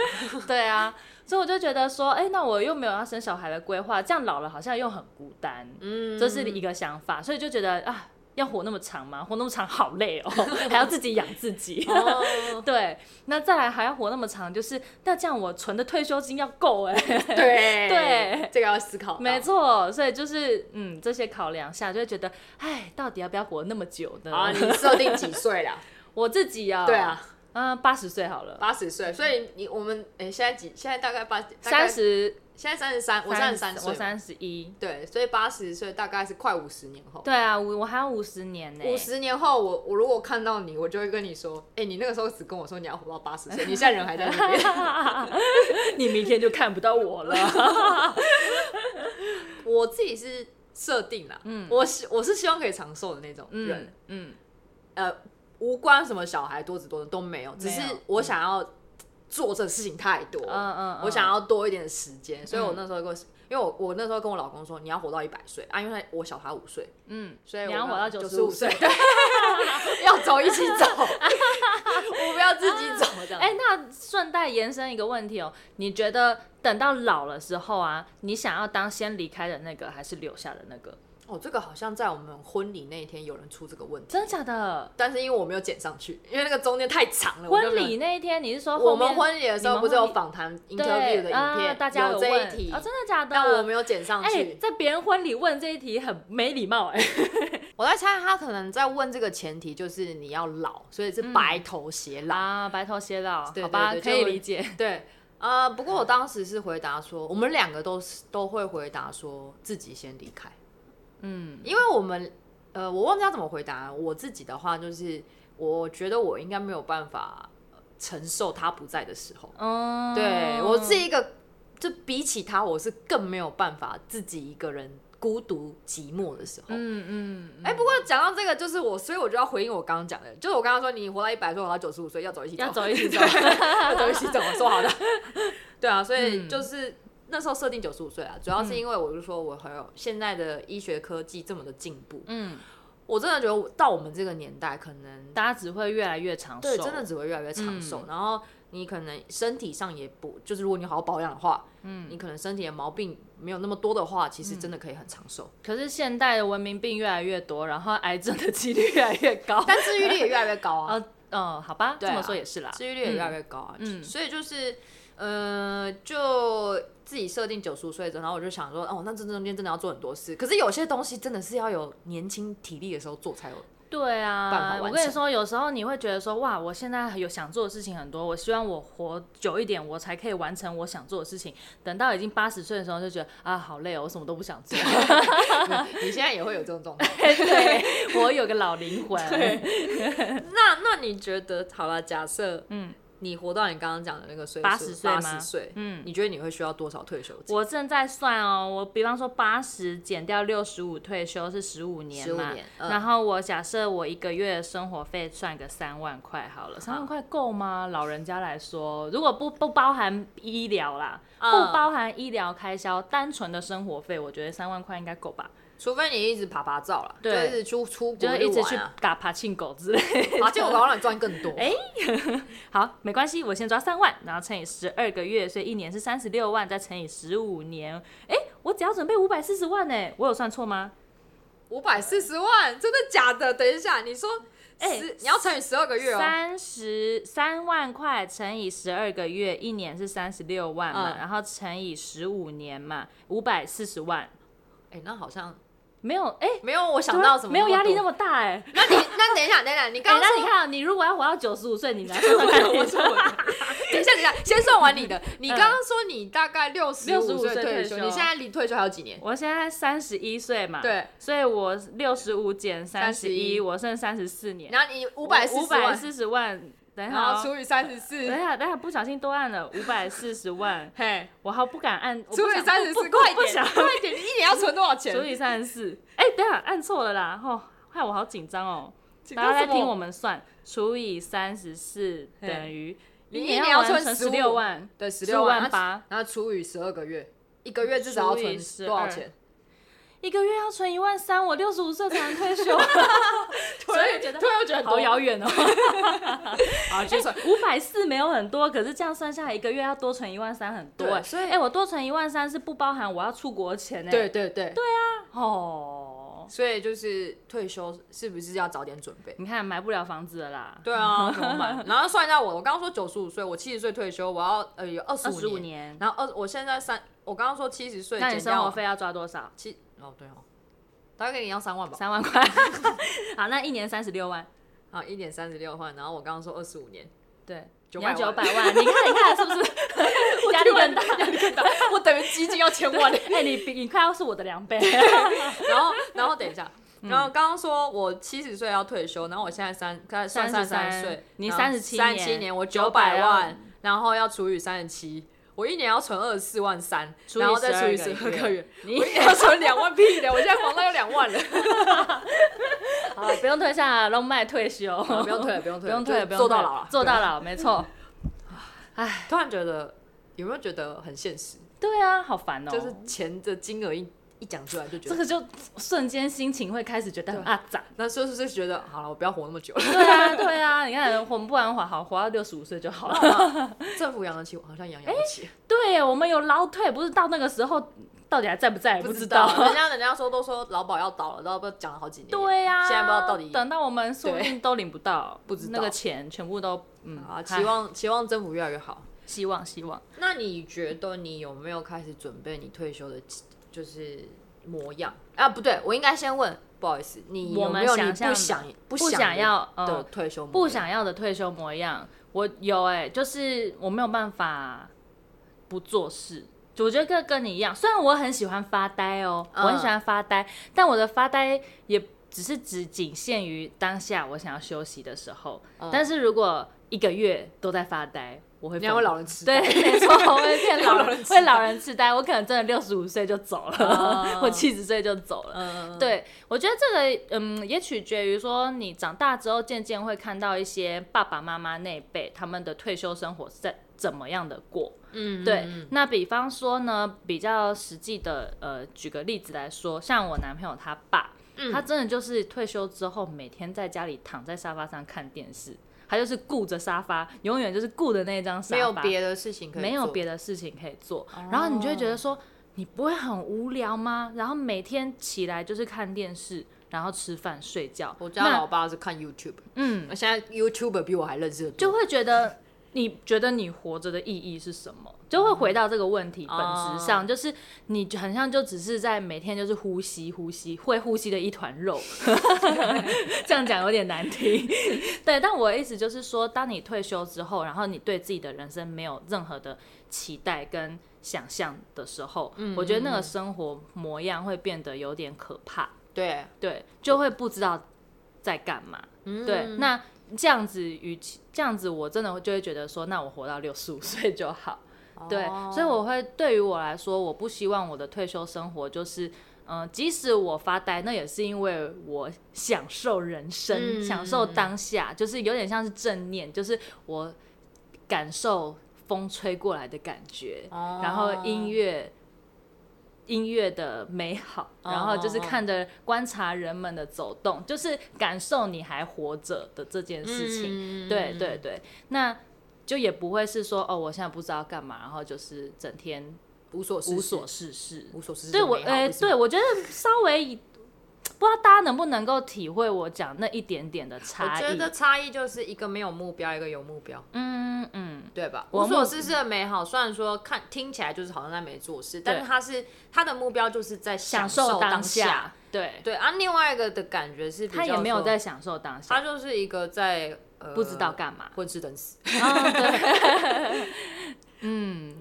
Speaker 2: 对啊， (laughs) 所以我就觉得说，哎、那我又没有要生小孩的规划，这样老了好像又很孤单，
Speaker 1: 嗯，
Speaker 2: (laughs) 这是一个想法，所以就觉得啊，要活那么长吗？活那么长好累
Speaker 1: (laughs)
Speaker 2: 哦，还要自己养自己。
Speaker 1: 哦
Speaker 2: (laughs) 对，那再来还要活那么长，就是那这样我存的退休金要够哎、
Speaker 1: (laughs) 对
Speaker 2: 对，
Speaker 1: 这个要思考到，
Speaker 2: 没错，所以就是嗯，这些考量下就会觉得，哎，到底要不要活那么久呢？
Speaker 1: 啊，你设定几岁
Speaker 2: (laughs)
Speaker 1: 啦？
Speaker 2: 我自己啊，
Speaker 1: 对啊，，
Speaker 2: 嗯、八十岁好了，
Speaker 1: 八十岁，所以你我们诶、现在几？现在大概八
Speaker 2: 三，十，
Speaker 1: 大概现在三十三，我三十三
Speaker 2: 我
Speaker 1: 岁嘛，
Speaker 2: 三十一，
Speaker 1: 对，所以八十岁大概是快五十年后。
Speaker 2: 对啊，我我还要五十年呢、
Speaker 1: 五
Speaker 2: (laughs)
Speaker 1: 十 (laughs) 年后，我我如果看到你，我就会跟你说，哎、你那个时候只跟我说你要活到八十岁，你现在人还在那边。
Speaker 2: 你明天就看不到我了。
Speaker 1: 我自己是设定啦，嗯，我是我是希望可以长寿的那种 (laughs) 人，
Speaker 2: 嗯嗯，
Speaker 1: 呃，无关什么小孩多子多孙都没有，只是我想要做这事情太多，
Speaker 2: 嗯嗯嗯
Speaker 1: 我想要多一点的时间，所以我那时候跟我，因为我我那时候跟我老公说，你要活到一百岁啊，因为我小他五岁，
Speaker 2: 嗯，
Speaker 1: 所以
Speaker 2: 你要活到
Speaker 1: 九
Speaker 2: 95
Speaker 1: 五
Speaker 2: 岁， (laughs)
Speaker 1: (laughs) 要走一起走， (laughs) 我不要自己
Speaker 2: (laughs)
Speaker 1: 走这样。
Speaker 2: 哎、那顺带延伸一个问题哦，你觉得等到老了时候啊，你想要当先离开的那个，还是留下的那个？
Speaker 1: 哦，这个好像在我们婚礼那一天有人出这个问题，
Speaker 2: 真的假的？
Speaker 1: 但是因为我没有剪上去，因为那个中间太长了，我就
Speaker 2: 婚
Speaker 1: 没有
Speaker 2: 礼那一天，你是说
Speaker 1: 我
Speaker 2: 后面
Speaker 1: 们婚礼的时候不是有访谈
Speaker 2: 对
Speaker 1: interview 的影
Speaker 2: 啊
Speaker 1: 片，
Speaker 2: 大家
Speaker 1: 有
Speaker 2: 有
Speaker 1: 这
Speaker 2: 问
Speaker 1: 一题
Speaker 2: 哦，，真的假的？
Speaker 1: 但我没有剪上
Speaker 2: 哎、
Speaker 1: 去。
Speaker 2: 在别人婚礼问这一题很没礼貌
Speaker 1: (laughs)
Speaker 2: 哎、
Speaker 1: 我在猜他可能在问这个前提就是你要老，所以是白头偕老。
Speaker 2: 嗯啊，白头偕老，
Speaker 1: 对
Speaker 2: 好吧，
Speaker 1: 对对
Speaker 2: 可以
Speaker 1: 就
Speaker 2: 理解。
Speaker 1: 对，呃，不过我当时是回答说，我们两个都是都会回答说自己先离开，
Speaker 2: 嗯
Speaker 1: 因为我们呃，我忘记要怎么回答。我自己的话就是，我觉得我应该没有办法呃承受他不在的时候。
Speaker 2: 嗯，
Speaker 1: 对我是一个，就比起他，我是更没有办法自己一个人孤独寂寞的时候。
Speaker 2: 嗯嗯，嗯
Speaker 1: 哎、不过讲到这个，就是我，所以我就要回应我刚刚讲的，就是我刚刚说你活到一百岁，活到九十五岁，要走一起走，
Speaker 2: 要走一起
Speaker 1: (laughs)
Speaker 2: 走
Speaker 1: 要走一起走，说好的。 (laughs) 对啊，所以
Speaker 2: 嗯
Speaker 1: 就是那时候设定九十五岁啊，主要是因为我就说我还有现在的医学科技这么的进步，
Speaker 2: 嗯，
Speaker 1: 我真的觉得我到我们这个年代，可能
Speaker 2: 大家只会越来越长寿，
Speaker 1: 对真的只会越来越长寿，然后你可能身体上也不，就是如果你好好保养的话，嗯，你可能身体的毛病没有那么多的话，其实真的可以很长寿，
Speaker 2: 可是现代的文明病越来越多，然后癌症的几率越来越高。
Speaker 1: (laughs) 但治愈率也越来越高啊。
Speaker 2: (laughs) 哦，嗯，好吧，
Speaker 1: 对
Speaker 2: 这
Speaker 1: 啊
Speaker 2: 么说也是啦。
Speaker 1: (laughs) 治愈率也越来越高啊。
Speaker 2: 嗯
Speaker 1: 所以就是，呃，就自己设定九十五岁之后，然后我就想说，哦，那这中间真的要做很多事。可是有些东西真的是要有年轻体力的时候做才有。
Speaker 2: 对
Speaker 1: 办法
Speaker 2: 啊，
Speaker 1: 完
Speaker 2: 我
Speaker 1: 成
Speaker 2: 跟你说，有时候你会觉得说，哇，我现在有想做的事情很多，我希望我活久一点，我才可以完成我想做的事情。等到已经八十岁的时候，就觉得啊，好累哦，我什么都不
Speaker 1: (laughs)
Speaker 2: 想做。
Speaker 1: (laughs) 你现在也会有这种状况？
Speaker 2: 对，我有个老灵魂。
Speaker 1: (laughs) 那那你觉得，好了，假设，嗯，你活到你刚刚讲的那个岁数，
Speaker 2: 80岁吗
Speaker 1: 八十岁，
Speaker 2: 嗯
Speaker 1: 你觉得你会需要多少退休金？
Speaker 2: 我正在算哦，我比方说八十减掉六十五退休是十五年嘛，
Speaker 1: 15年嗯
Speaker 2: 然后我假设我一个月的生活费算个三万块好了，三万块够吗？老人家来说，如果不不包含医疗啦，
Speaker 1: 嗯
Speaker 2: 不包含医疗开销，单纯的生活费，我觉得三万块应该够吧，
Speaker 1: 除非你一直爬爬照了，
Speaker 2: 对
Speaker 1: 就一直出出
Speaker 2: 就
Speaker 1: 国
Speaker 2: 是一直
Speaker 1: 玩
Speaker 2: 去
Speaker 1: 啊，
Speaker 2: 打爬庆狗之类。 (laughs)
Speaker 1: 爬进我搞让你赚更多。
Speaker 2: 哎好，没关系，我先抓三万，然后乘以十二个月，所以一年是三十六万，再乘以十五年，哎、我只要准备五百四十万呢、我有算错吗？
Speaker 1: 五百四十万，真的假的？等一下，你说，
Speaker 2: 哎
Speaker 1: 十你要乘以十二个月哦，
Speaker 2: 三十三万块乘以十二个月，一年是三十六万嘛，
Speaker 1: 嗯
Speaker 2: 然后乘以十五年嘛，五百四十万，
Speaker 1: 哎，那好像
Speaker 2: 没有哎，
Speaker 1: 没有我想到什么，
Speaker 2: 啊没有压力那
Speaker 1: 么
Speaker 2: 么大哎、
Speaker 1: 多。那你那等一下，等一下，你
Speaker 2: 哎
Speaker 1: 刚刚
Speaker 2: 那你
Speaker 1: 说，，
Speaker 2: 看啊，你如果要活到九十五岁，你来算算看
Speaker 1: (laughs) 我说我 (laughs) 的，等一下，等一下，先算完你的。你刚刚说你大概六十
Speaker 2: 65岁
Speaker 1: 岁
Speaker 2: 退
Speaker 1: 退
Speaker 2: 休
Speaker 1: 休，你现在离退休还有几年？
Speaker 2: 我现在三十一岁嘛，
Speaker 1: 对，
Speaker 2: 所以我六十五减三十一，
Speaker 1: 31
Speaker 2: 我剩三十四年，
Speaker 1: 然后你五百四
Speaker 2: 五
Speaker 1: 十
Speaker 2: 百
Speaker 1: 万，
Speaker 2: 四十万，等一下
Speaker 1: 然后
Speaker 2: 哦、
Speaker 1: 除以三十四
Speaker 2: 等，一下，等一下，不小心多按了五百四十万，
Speaker 1: 嘿，
Speaker 2: 我好不敢按，我不
Speaker 1: 除以
Speaker 2: 想
Speaker 1: 三十
Speaker 2: 不
Speaker 1: 四，
Speaker 2: 不
Speaker 1: 快
Speaker 2: 不
Speaker 1: 点，
Speaker 2: 想
Speaker 1: 快点，你一年要存多少钱
Speaker 2: 除？以三十四。哎，等一下按错了啦，吼、害我好紧张哦。大家在听我
Speaker 1: 们
Speaker 2: 们算，除以三十四等于
Speaker 1: 你
Speaker 2: 一
Speaker 1: 一
Speaker 2: 年
Speaker 1: 年要
Speaker 2: 完
Speaker 1: 存
Speaker 2: 成十
Speaker 1: 15
Speaker 2: 六万，
Speaker 1: 对十
Speaker 2: 六
Speaker 1: 六
Speaker 2: 万
Speaker 1: 万啊八，
Speaker 2: 八，
Speaker 1: 然后除以十二个月，一个月至少要
Speaker 2: 除以
Speaker 1: 存
Speaker 2: 12
Speaker 1: 多少
Speaker 2: (laughs)
Speaker 1: 钱？
Speaker 2: 一个月要存一万三，我六十五岁才能退休，
Speaker 1: 突
Speaker 2: 所以觉得
Speaker 1: 突 (laughs) 然觉得
Speaker 2: 好遥远哦。
Speaker 1: 啊，就算
Speaker 2: (laughs) 五百四没有很多，可是这样算下来，一个月要多存一万三很多
Speaker 1: 对
Speaker 2: 哎。
Speaker 1: 所以
Speaker 2: 哎，我多存一万三是不包含我要出国钱哎。
Speaker 1: 对，对对对，
Speaker 2: 哦，
Speaker 1: 所以就是退休是不是要早点准
Speaker 2: (laughs)
Speaker 1: 备？
Speaker 2: 你看买不了房子了啦，
Speaker 1: 对啊，怎么办？然后算一下我，我刚刚说九十五岁，我七十岁退休，我要呃有二
Speaker 2: 二
Speaker 1: 十
Speaker 2: 十
Speaker 1: 五
Speaker 2: 五
Speaker 1: 年，
Speaker 2: 年，
Speaker 1: 然后二我现在三，我刚刚说七十岁
Speaker 2: 那你
Speaker 1: 减
Speaker 2: 生活
Speaker 1: 掉
Speaker 2: 费要抓多少？
Speaker 1: 七哦对哦，大概你要三万吧，
Speaker 2: 三万块， (laughs) 好，那一年三十六万，
Speaker 1: 啊一点三十六换，然后我刚刚说二十五年， (laughs)
Speaker 2: 对，
Speaker 1: 900
Speaker 2: 你要
Speaker 1: 万
Speaker 2: 九百万，你看你看是不是压力更大？
Speaker 1: 我等于基金要
Speaker 2: (laughs)
Speaker 1: 千万
Speaker 2: 哎，你比你快要是我的两倍，
Speaker 1: 然后然后等一下。然后刚刚说我七十岁要退休，然后我现在三，看算三十
Speaker 2: 33
Speaker 1: 三岁，
Speaker 2: 你37
Speaker 1: 三
Speaker 2: 年
Speaker 1: 七年，我九
Speaker 2: 900
Speaker 1: 百
Speaker 2: 万
Speaker 1: 万，然后要除以三十七，我一年要存二十四万三，
Speaker 2: 除以
Speaker 1: 然后再除以十
Speaker 2: 12
Speaker 1: 二
Speaker 2: 个
Speaker 1: 个月，
Speaker 2: 你
Speaker 1: 我一年要存两万屁的，我现在房贷有两 (laughs) 万了。
Speaker 2: 好，不用退下来，龙麦退休，
Speaker 1: (laughs) 好哦啊不用
Speaker 2: (laughs)
Speaker 1: 退了，不用
Speaker 2: 不
Speaker 1: 退了，
Speaker 2: 用退
Speaker 1: 就
Speaker 2: 了，不
Speaker 1: 是做
Speaker 2: 用退了
Speaker 1: 到老了，
Speaker 2: 做到老，没错。
Speaker 1: 对。突然觉得有没有觉得很现实？
Speaker 2: 对啊，好烦哦，
Speaker 1: 就是钱的金额一一讲出来就觉
Speaker 2: 这
Speaker 1: 得，
Speaker 2: 个就瞬间心情会开始觉得很阿杂。
Speaker 1: 那就是就是觉得好了，我不要活那么久了。 (laughs)
Speaker 2: 对啊，对啊，你看我们不然活好活到六十五岁就好了。
Speaker 1: 政府养得起我，好像养养不起，
Speaker 2: (laughs) 对耶，我们有劳退，不是到那个时候到底还在不在也知
Speaker 1: 人家人家说都说劳保要倒了，然后不知道讲了好几年。
Speaker 2: 对呀、
Speaker 1: 现在不知道到底
Speaker 2: 等到我们说不
Speaker 1: 对
Speaker 2: 定都领不到，
Speaker 1: 不知道
Speaker 2: 那个钱全部都嗯
Speaker 1: 啊，
Speaker 2: 唉
Speaker 1: 期望期望政府越来越好。
Speaker 2: 希望希望。
Speaker 1: 那你觉得你有没有开始准备你退休的，就是模样啊？不对，我应该先问，不好意思，你
Speaker 2: 我
Speaker 1: 有
Speaker 2: 们
Speaker 1: 没有你
Speaker 2: 想象
Speaker 1: 不
Speaker 2: 的
Speaker 1: 想不
Speaker 2: 不想要呃
Speaker 1: 的退休模样？
Speaker 2: 不想要的退休模样，我有哎、就是我没有办法不做事。我觉得跟跟你一样，虽然我很喜欢发呆哦，
Speaker 1: 嗯
Speaker 2: 我很喜欢发呆，但我的发呆也只是只仅限于当下我想要休息的时候。
Speaker 1: 嗯
Speaker 2: 但是如果一个月都在发呆，我会
Speaker 1: 你还会
Speaker 2: 疯
Speaker 1: 老人痴 (laughs)
Speaker 2: 对， (laughs)
Speaker 1: 呆
Speaker 2: 没错，我会变老
Speaker 1: 老
Speaker 2: 人，
Speaker 1: 人痴
Speaker 2: 会
Speaker 1: 呆
Speaker 2: 老人痴呆。我可能真的六十五岁就走了，
Speaker 1: 哦
Speaker 2: (laughs) 或七十岁就走了。
Speaker 1: 嗯，
Speaker 2: 对，我觉得这个，嗯，也取决于说你长大之后，渐渐会看到一些爸爸妈妈那一辈他们的退休生活是在怎么样的过。
Speaker 1: 嗯，
Speaker 2: 对，
Speaker 1: 嗯
Speaker 2: 那比方说呢，比较实际的，呃，举个例子来说，像我男朋友他爸，
Speaker 1: 嗯
Speaker 2: 他真的就是退休之后，每天在家里躺在沙发上看电视，他就是顾着沙发，永远就是顾着那张沙发，
Speaker 1: 没有别的哦事情可以，
Speaker 2: 没有别的事情可以做，然后你就会觉得说，你不会很无聊吗？然后每天起来就是看电视，然后吃饭睡觉。
Speaker 1: 我家
Speaker 2: 那
Speaker 1: 老爸是看 YouTube，
Speaker 2: 嗯，
Speaker 1: 那现在 YouTuber 比我还认识的
Speaker 2: 就
Speaker 1: 多。
Speaker 2: 会觉得你觉得你活着的意义是什么？就会回到这个问题本质上，就是你很像就只是在每天就是呼吸呼吸，会呼吸的一团肉。 (laughs) 这样讲有点难听，对。但我的意思就是说，当你退休之后，然后你对自己的人生没有任何的期待跟想象的时候，我觉得那个生活模样会变得有点可怕。
Speaker 1: 对，
Speaker 2: 对，就会不知道在干嘛。
Speaker 1: 嗯
Speaker 2: 对，那这样子，与其这样子，我真的就会觉得说，那我活到六十五 (laughs) 岁就好。对，
Speaker 1: 哦
Speaker 2: 所以我会对于我来说，我不希望我的退休生活就是，嗯、即使我发呆，那也是因为我享受人生，
Speaker 1: 嗯
Speaker 2: 享受当下，就是有点像是正念，就是我感受风吹过来的感觉，
Speaker 1: 哦
Speaker 2: 然后音乐。音乐的美好，
Speaker 1: 哦
Speaker 2: 然后就是看着观察人们的走动，就是感受你还活着的这件
Speaker 1: 嗯
Speaker 2: 事情。
Speaker 1: 情
Speaker 2: 对对，对，那就也不会是说哦，我现在不知道干嘛，然后就是整天
Speaker 1: 无所事
Speaker 2: 无
Speaker 1: 事
Speaker 2: 所事事。
Speaker 1: 无所事事
Speaker 2: 对
Speaker 1: 的
Speaker 2: 我，
Speaker 1: 美好。嗯
Speaker 2: 哎、
Speaker 1: 不是
Speaker 2: 对
Speaker 1: 吗，
Speaker 2: 我觉得稍微不知道大家能不能够体会我讲那一点点的
Speaker 1: 我
Speaker 2: 差
Speaker 1: 觉
Speaker 2: 异。
Speaker 1: 得差异就是一个没有目标，一个有目标，
Speaker 2: 嗯嗯，
Speaker 1: 对吧？
Speaker 2: 我
Speaker 1: 无
Speaker 2: 目
Speaker 1: 所事事的美好，虽然说看听起来就是好像在没做事，但
Speaker 2: 对
Speaker 1: 是他是他的目标就是在
Speaker 2: 享
Speaker 1: 受
Speaker 2: 受当
Speaker 1: 下。，
Speaker 2: 对，
Speaker 1: 对啊，另外一个的感觉是比
Speaker 2: 他也
Speaker 1: 较
Speaker 2: 没有
Speaker 1: 说
Speaker 2: 在，享受当
Speaker 1: 他
Speaker 2: 下，
Speaker 1: 就是一个在呃
Speaker 2: 不知道干嘛。
Speaker 1: 混吃等死。
Speaker 2: 嗯，对，嗯，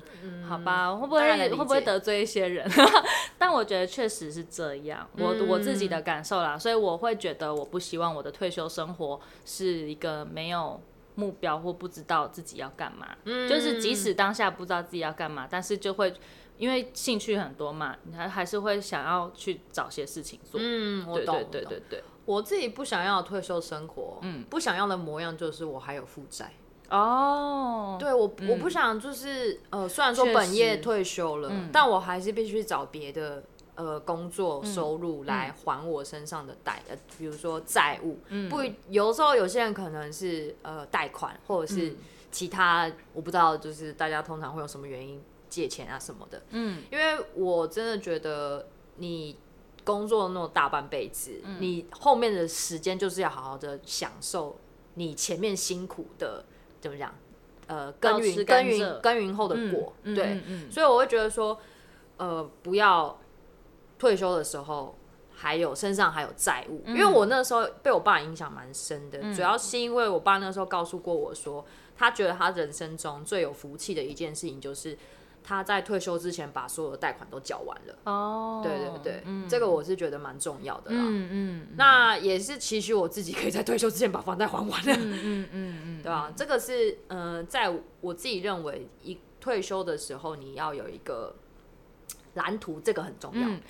Speaker 2: 好吧，会不
Speaker 1: 当然能
Speaker 2: 会
Speaker 1: 理
Speaker 2: 会
Speaker 1: 解
Speaker 2: 不会得罪一些人？ (laughs) 但我觉得确实是这样，我、我
Speaker 1: 嗯
Speaker 2: 自己的感受啦，所以我会觉得我不希望我的退休生活是一个没有目标或不知道自己要干嘛。
Speaker 1: 嗯
Speaker 2: 就是即使当下不知道自己要干嘛，但是就会因为兴趣很多嘛，你还还是会想要去找些事情做。
Speaker 1: 嗯，我
Speaker 2: 对
Speaker 1: 懂，
Speaker 2: 对
Speaker 1: 我
Speaker 2: 对
Speaker 1: 懂
Speaker 2: 对对。
Speaker 1: 我自己不想要的退休生活，
Speaker 2: 嗯
Speaker 1: 不想要的模样就是我还有负债。
Speaker 2: 哦，
Speaker 1: 对我，我不想就是呃，虽然说
Speaker 2: 确
Speaker 1: 本业
Speaker 2: 实
Speaker 1: 退休了，
Speaker 2: 嗯
Speaker 1: 但我还是必须找别的呃工作收入
Speaker 2: 嗯
Speaker 1: 来还我身上的贷，呃，比如说债务。
Speaker 2: 嗯
Speaker 1: 不，有时候有些人可能是呃贷款，或者是
Speaker 2: 嗯
Speaker 1: 其他，我不知道，就是大家通常会有什么原因借钱啊什么的。
Speaker 2: 嗯，
Speaker 1: 因为我真的觉得你工作那么大半辈子，
Speaker 2: 嗯
Speaker 1: 你后面的时间就是要好好的享受你前面辛苦的怎么讲？呃，耕
Speaker 2: 吃
Speaker 1: 耘
Speaker 2: 甘
Speaker 1: 耕耘
Speaker 2: 蔗
Speaker 1: 耕耘后的
Speaker 2: 嗯
Speaker 1: 果，
Speaker 2: 嗯
Speaker 1: 对，
Speaker 2: 嗯嗯
Speaker 1: 所以我会觉得说，呃，不要退休的时候还有身上还有债务，因为我
Speaker 2: 嗯
Speaker 1: 那时候被我爸影响蛮深的，主要是因为我爸那时候告诉过我说，他觉得他人生中最有福气的一件事情就是他在退休之前把所有的贷款都缴完了。
Speaker 2: 哦，
Speaker 1: 对对对，
Speaker 2: 嗯，
Speaker 1: 这个啊我是觉得蛮重要的啦。
Speaker 2: 嗯嗯嗯
Speaker 1: 那也是期许我自己可以在退休之前把房贷还完了。
Speaker 2: 嗯嗯嗯，
Speaker 1: 对啊，这个是呃，在我自己认为，一退休的时候你要有一个蓝图，这个很重要。
Speaker 2: 嗯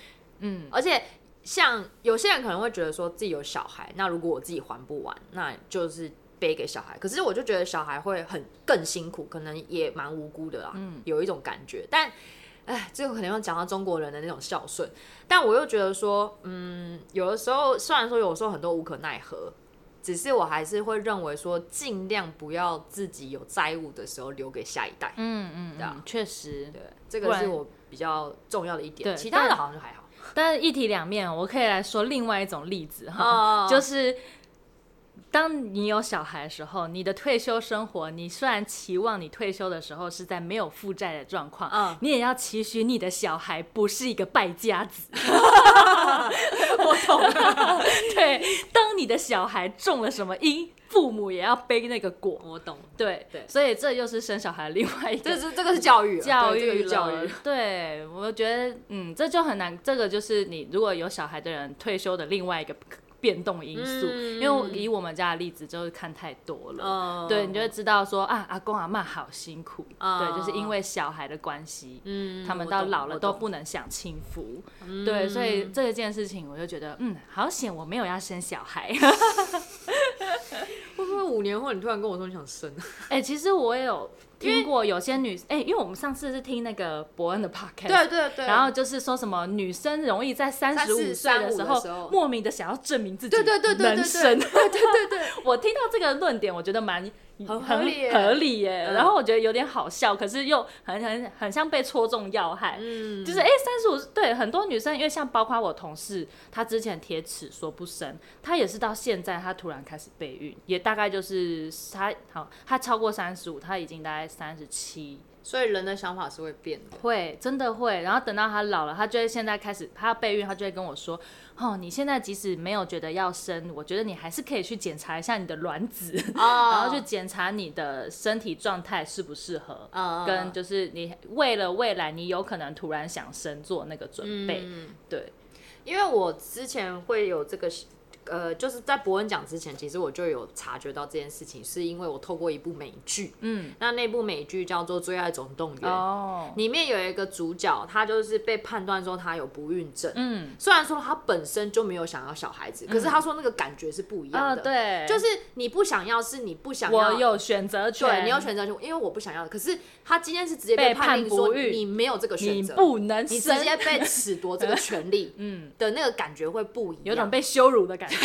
Speaker 2: 嗯
Speaker 1: 而且像有些人可能会觉得说自己有小孩，那如果我自己还不完，那就是背给小孩。可是我就觉得小孩会很更辛苦，可能也蛮无辜的啦，
Speaker 2: 嗯
Speaker 1: 有一种感觉。但哎，这个可能要讲到中国人的那种孝顺，但我又觉得说，嗯，有的时候虽然说有时候很多无可奈何。只是我还是会认为说，尽量不要自己有债务的时候留给下一代。
Speaker 2: 嗯嗯
Speaker 1: 对啊
Speaker 2: 嗯，确实，
Speaker 1: 对，这
Speaker 2: 不
Speaker 1: 个
Speaker 2: 然
Speaker 1: 是我比较重要的一点，
Speaker 2: 对
Speaker 1: 其他的
Speaker 2: 但
Speaker 1: 好像就还好。
Speaker 2: 但是一体两面，我可以来说另外一种例子哈，
Speaker 1: 哦
Speaker 2: 就是当你有小孩的时候，你的退休生活，你虽然期望你退休的时候是在没有负债的状况，
Speaker 1: 嗯
Speaker 2: 你也要期许你的小孩不是一个败
Speaker 1: (laughs)
Speaker 2: 家子。
Speaker 1: 我懂 (laughs) 了，
Speaker 2: 对，当你的小孩中了什么因，父母也要背那个果。
Speaker 1: 我懂了。
Speaker 2: 对
Speaker 1: 对
Speaker 2: 所以这又是生小孩另外一个
Speaker 1: 这是这个是 (laughs) 教育了，啊
Speaker 2: 教
Speaker 1: 对这个
Speaker 2: 育
Speaker 1: 是教育
Speaker 2: 了。对，我觉得嗯，这就很难，这个就是你如果有小孩的人退休的另外一个变动因素，
Speaker 1: 嗯
Speaker 2: 因为我以我们家的例子就是看太多了。
Speaker 1: 嗯
Speaker 2: 对，你就会知道说啊，阿公阿妈好辛苦，
Speaker 1: 嗯
Speaker 2: 对，就是因为小孩的关系，
Speaker 1: 嗯
Speaker 2: 他们
Speaker 1: 我
Speaker 2: 到
Speaker 1: 懂
Speaker 2: 老了
Speaker 1: 我
Speaker 2: 都
Speaker 1: 懂嗯
Speaker 2: 不能享清福，对，所以这件事情我就觉得，嗯，好险我没有要生小孩， (laughs)
Speaker 1: 会不会五年后你突然跟我说你想生？
Speaker 2: 哎、其实我也有听过有些女，哎、因为我们上次是听那个伯恩的 podcast，
Speaker 1: 对对
Speaker 2: 然后就是说什么女生容易在三十
Speaker 1: 30
Speaker 2: 五岁的时
Speaker 1: 35的时候
Speaker 2: 候，莫名的想要证明自己
Speaker 1: 对对对对对
Speaker 2: 能
Speaker 1: 对
Speaker 2: 生。
Speaker 1: 对对对对，
Speaker 2: 我听到这个论点，我觉得蛮
Speaker 1: 很合
Speaker 2: 合
Speaker 1: 理耶
Speaker 2: 合理耶。
Speaker 1: 嗯
Speaker 2: 然后我觉得有点好笑，可是又很很很像被戳中要害。
Speaker 1: 嗯， (laughs)
Speaker 2: 就是哎，三十五对很多女生，因为像包括我同事，她之前铁齿说不生，她也是到现在她突然开始备孕，也大概就是她好，她超过三十五，她已经大概三十七，
Speaker 1: 所以人的想法是会变的。
Speaker 2: 会，真的会。然后等到他老了，他就会现在开始，他备孕，他就会跟我说：“哦，你现在即使没有觉得要生，我觉得你还是可以去检查一下你的卵子， (laughs) 然
Speaker 1: 啊
Speaker 2: 后去检查你的身体状态适不适合，
Speaker 1: 啊
Speaker 2: 跟就是你为了未来你有可能突然想生做那个准备。
Speaker 1: 嗯
Speaker 2: 对，
Speaker 1: 因为我之前会有这个。呃，就是在博文奖之前，其实我就有察觉到这件事情，是因为我透过一部美剧，
Speaker 2: 嗯，
Speaker 1: 那那部美剧叫做《最爱总动员》，
Speaker 2: 哦，
Speaker 1: 里面有一个主角，他就是被判断说他有不孕症，
Speaker 2: 嗯，
Speaker 1: 虽然说他本身就没有想要小孩子，可是他说那个感觉是不一
Speaker 2: 啊、
Speaker 1: 样的。
Speaker 2: 对，
Speaker 1: 就是你不想要是你不想
Speaker 2: 我
Speaker 1: 要，
Speaker 2: 有选择权，
Speaker 1: 对你有选择权，因为我不想要。可是他今天是直接
Speaker 2: 被
Speaker 1: 判
Speaker 2: 判
Speaker 1: 定说
Speaker 2: 不育
Speaker 1: 你没有这个选
Speaker 2: 你
Speaker 1: 择，
Speaker 2: 不能
Speaker 1: 你
Speaker 2: 生
Speaker 1: 直，接被褫夺这个权利
Speaker 2: 嗯，
Speaker 1: 的那个感觉会不一
Speaker 2: 有
Speaker 1: 样
Speaker 2: 种。被羞辱的感觉。
Speaker 1: (laughs)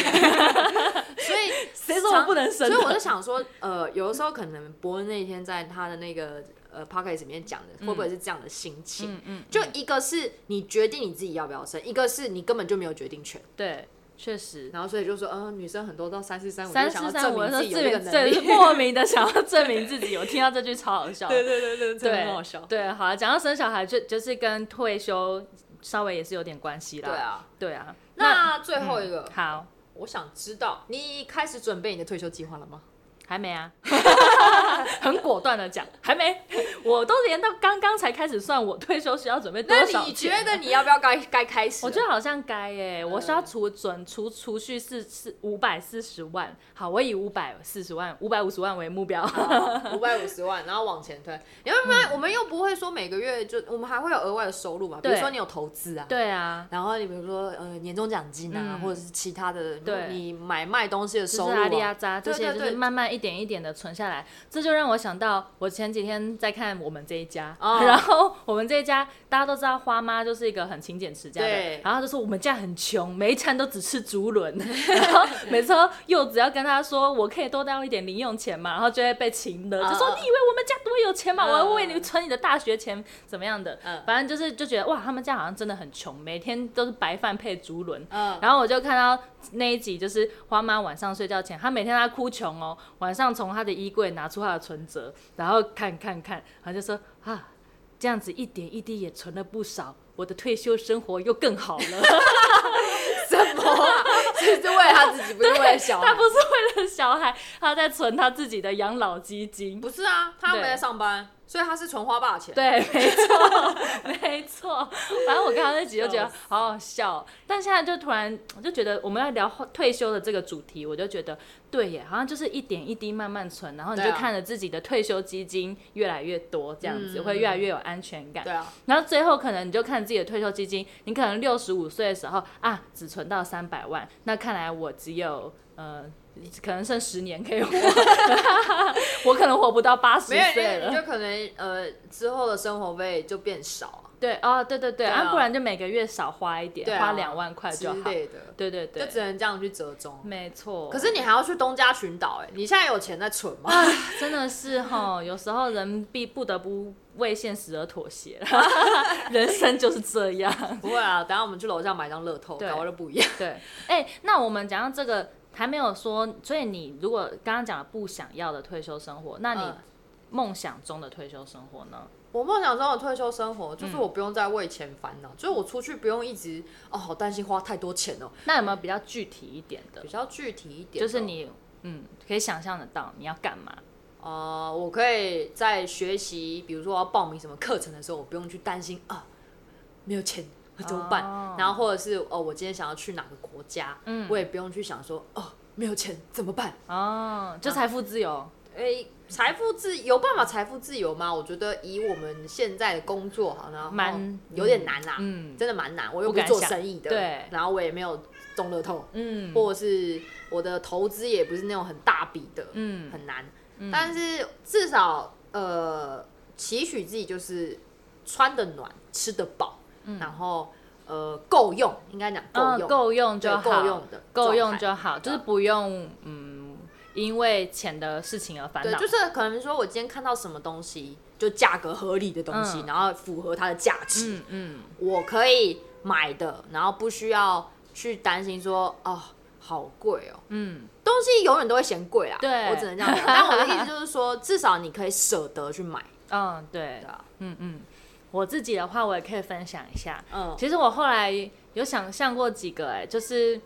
Speaker 1: 所以
Speaker 2: (laughs) 谁说我不能
Speaker 1: 所
Speaker 2: 生的
Speaker 1: 以我就想说，呃，有的时候可能伯恩那天在他的那个呃 p o c k e t 里面讲的，会不会是这样的心情？
Speaker 2: 嗯嗯，
Speaker 1: 就一个是你决定你自己要不要生，一个是你根本就没有决定权。
Speaker 2: 对，确实。
Speaker 1: 然后所以就说，嗯、女生很多到三四三五
Speaker 2: 三
Speaker 1: 想要
Speaker 2: 四
Speaker 1: 证
Speaker 2: 三五
Speaker 1: 明
Speaker 2: 的时
Speaker 1: 自
Speaker 2: 候，
Speaker 1: 己有这个
Speaker 2: 自
Speaker 1: 能力
Speaker 2: 对，莫名的想要证明自己。我听到这句超好
Speaker 1: (laughs)
Speaker 2: 笑。
Speaker 1: 对对对，真的
Speaker 2: 对
Speaker 1: 很好笑。
Speaker 2: 对，好啊，讲到生小孩，就就是跟退休稍微也是有点关系啦。
Speaker 1: 对，啊，
Speaker 2: 对啊。
Speaker 1: 那最后一个，
Speaker 2: 好，
Speaker 1: 我想知道你开始准备你的退休计划了吗？
Speaker 2: 还没啊。 (laughs) 很果断的讲，还没，我都连到刚刚才开始算我退休需要准备多
Speaker 1: 那
Speaker 2: 少
Speaker 1: 你
Speaker 2: 钱
Speaker 1: 觉。得你要不要该该开始了？
Speaker 2: 我觉得好像该耶、我需要
Speaker 1: 嗯
Speaker 2: 储准储储蓄是是五百四十万，好，我以五百四十万、五百五十万为目标。
Speaker 1: 五百五十万，然后往前推。你会发现，
Speaker 2: 嗯
Speaker 1: 我们又不会说每个月就，我们还会有额外的收入嘛？比如
Speaker 2: 对
Speaker 1: 说你有投资啊，
Speaker 2: (laughs) 对啊，
Speaker 1: 然后你比如说呃年终奖金啊，
Speaker 2: 嗯
Speaker 1: 或者是其他的，
Speaker 2: 对
Speaker 1: 你买卖东西的
Speaker 2: 就
Speaker 1: 收
Speaker 2: 是
Speaker 1: 入
Speaker 2: 阿里
Speaker 1: 啊
Speaker 2: 阿，扎这
Speaker 1: 对
Speaker 2: 些，
Speaker 1: 对
Speaker 2: 就
Speaker 1: 对
Speaker 2: 是慢慢一点一点的存下来。这就让我想到，我前几天在看我们这一家，
Speaker 1: 哦
Speaker 2: (laughs) 然后我们这一家大家都知道，花妈就是一个很勤俭持家
Speaker 1: 对
Speaker 2: 的，然后就说我们家很穷，每一餐都只吃
Speaker 1: (laughs)
Speaker 2: 竹轮，然后每次都柚子要跟他说我可以多带一点零用钱嘛，然后就会被擒的，就说
Speaker 1: 嗯嗯
Speaker 2: 你以为我们家多有钱嘛，我要为
Speaker 1: 嗯
Speaker 2: 你
Speaker 1: 嗯
Speaker 2: 存你的大学钱怎么样的
Speaker 1: 嗯，
Speaker 2: 反正就是就觉得哇，他们家好像真的很穷，每天都是白饭配竹轮， (laughs)
Speaker 1: 嗯，
Speaker 2: 然后我就看到那一集，就是花妈晚上睡觉前，她每天她哭穷哦，晚上从她的衣柜拿出她的存折，然后看看看，然后就说啊，这样子一点一滴也存了不少，我的退休生活又更好了。
Speaker 1: 什么啊？是是为了他自己，不是为了小孩
Speaker 2: 她。不是为了小孩，她在存她自己的养老基金。
Speaker 1: 不是啊，他又没
Speaker 2: 对
Speaker 1: 在上班，所以他是存花爸的钱。
Speaker 2: 对，没错，没错。反正我刚刚那集就觉
Speaker 1: 笑
Speaker 2: 得好好笑哦，但现在就突然我就觉得我们要聊后退休的这个主题，我就觉得对耶，好像就是一点一滴慢慢存，然后你
Speaker 1: 对
Speaker 2: 就
Speaker 1: 啊
Speaker 2: 看着自己的退休基金越来越多，这样子、
Speaker 1: 嗯
Speaker 2: 会越来越有安全感
Speaker 1: 对。啊，
Speaker 2: 然后最后可能你就看自己的退休基金，你可能六十五岁的时候啊，只存到三百万，那看来我只有呃，可能剩十年可以活， (laughs) 我可能活不到八十
Speaker 1: 没有
Speaker 2: 岁
Speaker 1: 你
Speaker 2: 了
Speaker 1: 你。就可能呃之后的生活费就变少啊
Speaker 2: 对哦，对对
Speaker 1: 对
Speaker 2: 对，
Speaker 1: 啊
Speaker 2: 啊，不然就每个月少花一点，
Speaker 1: 对啊
Speaker 2: 花两万块
Speaker 1: 啊之
Speaker 2: 就好。
Speaker 1: 类的，
Speaker 2: 对对嗯
Speaker 1: 就
Speaker 2: 对，
Speaker 1: 只能这样去折中。
Speaker 2: 没错。
Speaker 1: 可是你还要去东加群岛，哎，你现在有钱在存
Speaker 2: 啊
Speaker 1: 吗？
Speaker 2: 真
Speaker 1: (laughs)
Speaker 2: 的是哈，有时候人必不得不为现实而
Speaker 1: (laughs)
Speaker 2: 妥协，人生就是这样。
Speaker 1: 不会啊，等下我们去楼下买张乐透，
Speaker 2: 对
Speaker 1: 搞不好就不一样。 (laughs)
Speaker 2: 对，哎、那我们讲到这个还没有说，所以你如果刚刚讲了不想要的退休生活，那你
Speaker 1: 嗯
Speaker 2: 梦想中的退休生活呢？
Speaker 1: 我梦想中的退休生活
Speaker 2: 嗯
Speaker 1: 就是我不用再为钱烦恼，就是我出去不用一直哦，好担心花太多钱哦，
Speaker 2: 那有没有比较具体一点的
Speaker 1: 比？较具体一点哦、
Speaker 2: 就是你嗯，可以想象得到你要干嘛？
Speaker 1: 呃，我可以在学习，比如说我要报名什么课程的时候，我不用去担心啊，没有钱怎么办？
Speaker 2: 哦
Speaker 1: 然后或者是哦，我今天想要去哪个国家，
Speaker 2: 嗯
Speaker 1: 我也不用去想说哦，没有钱怎么办？
Speaker 2: 哦，
Speaker 1: 嗯
Speaker 2: 就财富自由。
Speaker 1: 诶、财富自有办法财富自由吗？我觉得以我们现在的工作好像
Speaker 2: 蛮
Speaker 1: 有点难啊啦、
Speaker 2: 嗯
Speaker 1: 真的蛮难。我又
Speaker 2: 不
Speaker 1: 不是
Speaker 2: 敢
Speaker 1: 做
Speaker 2: 想
Speaker 1: 生意的，
Speaker 2: 对
Speaker 1: 然后我也没有中乐透，
Speaker 2: 嗯
Speaker 1: 或者是我的投资也不是那种很大笔的，
Speaker 2: 嗯
Speaker 1: 很难。但是至少呃，期许自己就是穿得暖、吃得饱，然后呃够用，应该讲够
Speaker 2: 嗯，
Speaker 1: 用，
Speaker 2: 够用
Speaker 1: 对
Speaker 2: 就好，
Speaker 1: 够用的
Speaker 2: 够
Speaker 1: 状态
Speaker 2: 用就好，就是不用嗯，因为钱的事情而烦
Speaker 1: 对，
Speaker 2: 恼。
Speaker 1: 就是可能说我今天看到什么东西，就价格合理的东西，
Speaker 2: 嗯
Speaker 1: 然后符合它的价值，
Speaker 2: 嗯嗯，
Speaker 1: 我可以买的，然后不需要去担心说哦好贵哦，
Speaker 2: 嗯，
Speaker 1: 东西永远都会嫌贵啊。
Speaker 2: 对
Speaker 1: 我只能这样讲。但我的意思就是说，至少你可以舍得去
Speaker 2: (laughs)
Speaker 1: 买，
Speaker 2: 嗯，对
Speaker 1: 对，啊，
Speaker 2: 嗯嗯，我自己的话，我也可以分享一下。
Speaker 1: 嗯，
Speaker 2: 其实我后来有想象过几个、哎，就是。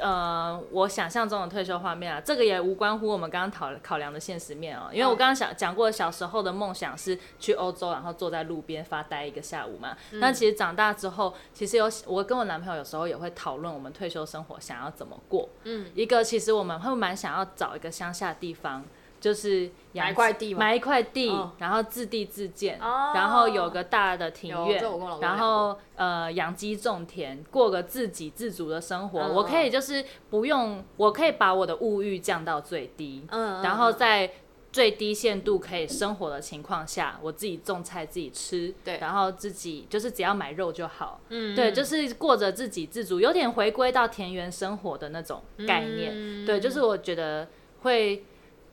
Speaker 2: 呃，我想象中的退休画面啊，这个也无关乎我们刚刚讨考量的现实面哦、因为我刚刚想讲过，小时候的梦想是去欧洲，然后坐在路边发呆一个下午嘛。
Speaker 1: 嗯
Speaker 2: 那其实长大之后，其实有我跟我男朋友有时候也会讨论我们退休生活想要怎么过。
Speaker 1: 嗯，
Speaker 2: 一个其实我们会蛮想要找一个乡下地方，就是养
Speaker 1: 买一块地吗
Speaker 2: 买一块地，
Speaker 1: 嗯
Speaker 2: 然后自地自建，
Speaker 1: 哦
Speaker 2: 然后有个大的庭
Speaker 1: 有
Speaker 2: 院
Speaker 1: 这我跟我老，公
Speaker 2: 然
Speaker 1: 聊过
Speaker 2: 后。呃养鸡种田，过个自给自足的生活。
Speaker 1: 嗯
Speaker 2: 我可以就是不用，我可以把我的物欲降到最低，
Speaker 1: 嗯嗯
Speaker 2: 然后在最低限度可以生活的情况下，我自己种菜自己吃，
Speaker 1: 对
Speaker 2: 然后自己就是只要买肉就好，
Speaker 1: 嗯
Speaker 2: 对，就是过着自给自足，有点回归到田园生活的那种概念，
Speaker 1: 嗯
Speaker 2: 对，就是我觉得会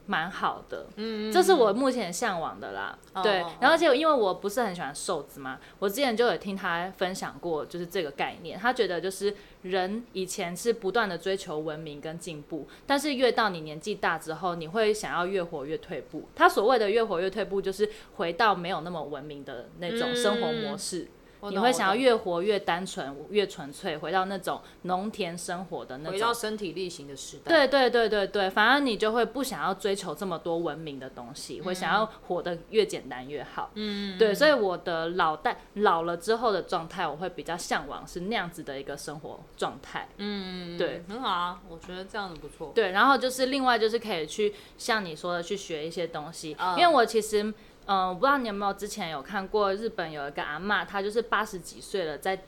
Speaker 2: 蛮好的，
Speaker 1: 嗯
Speaker 2: 这是我目前向往的啦。
Speaker 1: 哦
Speaker 2: 对
Speaker 1: 哦，
Speaker 2: 然后而且因为我不是很喜欢瘦子嘛，我之前就有听他分享过，就是这个概念。他觉得就是人以前是不断的追求文明跟进步，但是越到你年纪大之后，你会想要越活越退步。他所谓的越活越退步，就是回到没有那么文明的那种生活模式。
Speaker 1: 我
Speaker 2: 你
Speaker 1: 嗯懂
Speaker 2: 会
Speaker 1: 我
Speaker 2: 想要
Speaker 1: 懂
Speaker 2: 越活越单纯、越纯粹，回到那种农田生活的那
Speaker 1: 回到
Speaker 2: 种。
Speaker 1: 身体力行的时代。
Speaker 2: 对对对对对，反而你就会不想要追求这么多文明的东西，
Speaker 1: 嗯
Speaker 2: 会想要活得越简单越好。嗯，对，所以我的老代老了之后的状态，我会比较向往是那样子的一个生活状态。
Speaker 1: 嗯，
Speaker 2: 对，
Speaker 1: 很好啊，我觉得这样子不错。
Speaker 2: 对，然后就是另外就是可以去像你说的去学一些东西，
Speaker 1: 嗯
Speaker 2: 因为我其实。嗯，我不知道你有没有之前有看过日本有一个阿嬷，她就是八十几岁了，在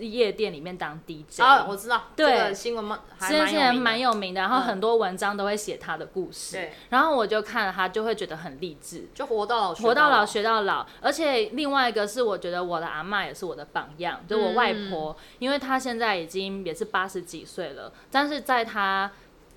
Speaker 2: 夜店里面当 DJ，
Speaker 1: 啊，我知道，
Speaker 2: 对
Speaker 1: 这个新闻嘛，还
Speaker 2: 之前蛮
Speaker 1: 蛮有名的，
Speaker 2: 有名的，然后
Speaker 1: 嗯
Speaker 2: 很多文章都会写她的故事，
Speaker 1: 对
Speaker 2: 然后我就看了她，就会觉得很励志，
Speaker 1: 就活到老，
Speaker 2: 活到老。学到老，而且另外一个是，我觉得我的阿嬷也是我的榜样，就我外
Speaker 1: 嗯
Speaker 2: 婆，因为她现在已经也是八十几岁了，但是在她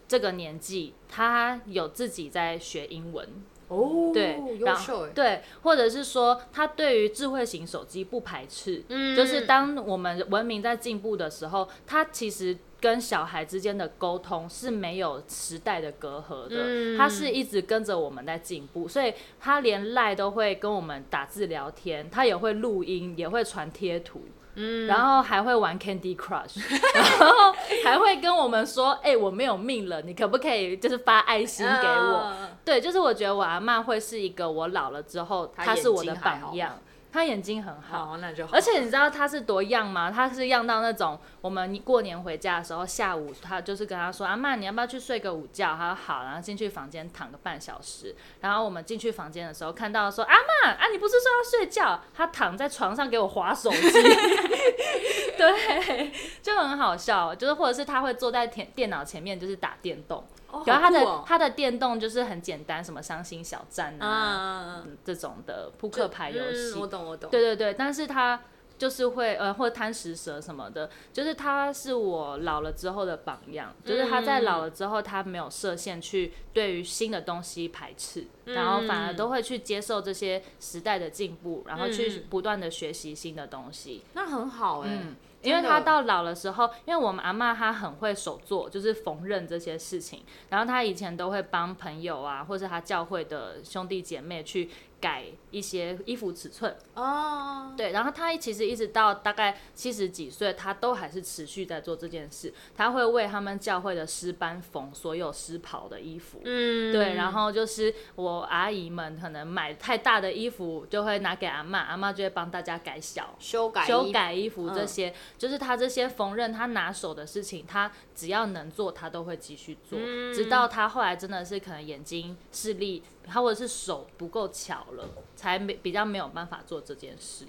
Speaker 2: 这个年纪，她有自己在学英文，
Speaker 1: 哦，
Speaker 2: 对，
Speaker 1: 优
Speaker 2: 然后
Speaker 1: 秀哎，
Speaker 2: 对，或者是说她对于智慧型手机不排斥，
Speaker 1: 嗯
Speaker 2: 就是当我们文明在进步的时候，它其实跟小孩之间的沟通是没有时代的隔阂的，
Speaker 1: 嗯
Speaker 2: 它是一直跟着我们在进步，所以他连赖都会跟我们打字聊天，他也会录音，也会传贴图。嗯，然后还会玩
Speaker 1: (laughs)
Speaker 2: Candy Crush，然后还会跟我们说：“哎、我没有命了，你可不可以就是发爱心给我？”
Speaker 1: 嗯
Speaker 2: 对，就是我觉得我阿嬷会是一个我老了之后，
Speaker 1: 她
Speaker 2: 她是我
Speaker 1: 眼
Speaker 2: 的
Speaker 1: 睛还好
Speaker 2: 榜
Speaker 1: 吗
Speaker 2: 样，她眼睛很好，
Speaker 1: 好，那就好。
Speaker 2: 而且你知道他是多样吗？他是样到那种，我们过年回家的时候，下午他就是跟他说：“阿妈，你要不要去睡个午觉？”他说：“好。”然后进去房间躺个半小时。然后我们进去房间的时候，看到说：“阿妈啊，你不是说要睡觉？”他躺在床上给我划手机， (laughs) 对，就很好笑。哦就是或者是他会坐在电电脑前面，就是打电动。
Speaker 1: 哦
Speaker 2: 然后他的、
Speaker 1: 好酷哦
Speaker 2: 他的电动就是很简单，什么伤心小站啊、
Speaker 1: 嗯，嗯嗯
Speaker 2: 嗯这种的扑克牌游戏、
Speaker 1: 嗯我懂我懂。
Speaker 2: 对对对，但是他就是会呃，或贪食蛇什么的，就是他是我老了之后的榜样，就是他在老了之后，他没有设限去对于新的东西排斥，
Speaker 1: 嗯
Speaker 2: 然后反而都会去接受这些时代的进步，然后去
Speaker 1: 嗯
Speaker 2: 不断的学习新的东西。
Speaker 1: 那很好哎、
Speaker 2: 嗯，因为
Speaker 1: 真的
Speaker 2: 他到老的时候，因为我们阿嬷她很会手做，就是缝纫这些事情。然后她以前都会帮朋友啊，或是她教会的兄弟姐妹去改一些衣服尺寸。
Speaker 1: 哦，
Speaker 2: 对，然后他其实一直到大概七十几岁，他都还是持续在做这件事。他会为他们教会的诗班缝所有诗袍的衣服。
Speaker 1: 嗯，
Speaker 2: 对，然后就是我阿姨们可能买太大的衣服，就会拿给阿嬷，阿嬷就会帮大家改小。
Speaker 1: 修改
Speaker 2: 修
Speaker 1: 衣
Speaker 2: 改衣服这
Speaker 1: 嗯
Speaker 2: 些，就是他这些缝纫他拿手的事情，他只要能做，他都会继续做，
Speaker 1: 嗯
Speaker 2: 直到他后来真的是可能眼睛视力，他或者是手不够巧了，才没比较没有办法做这件事。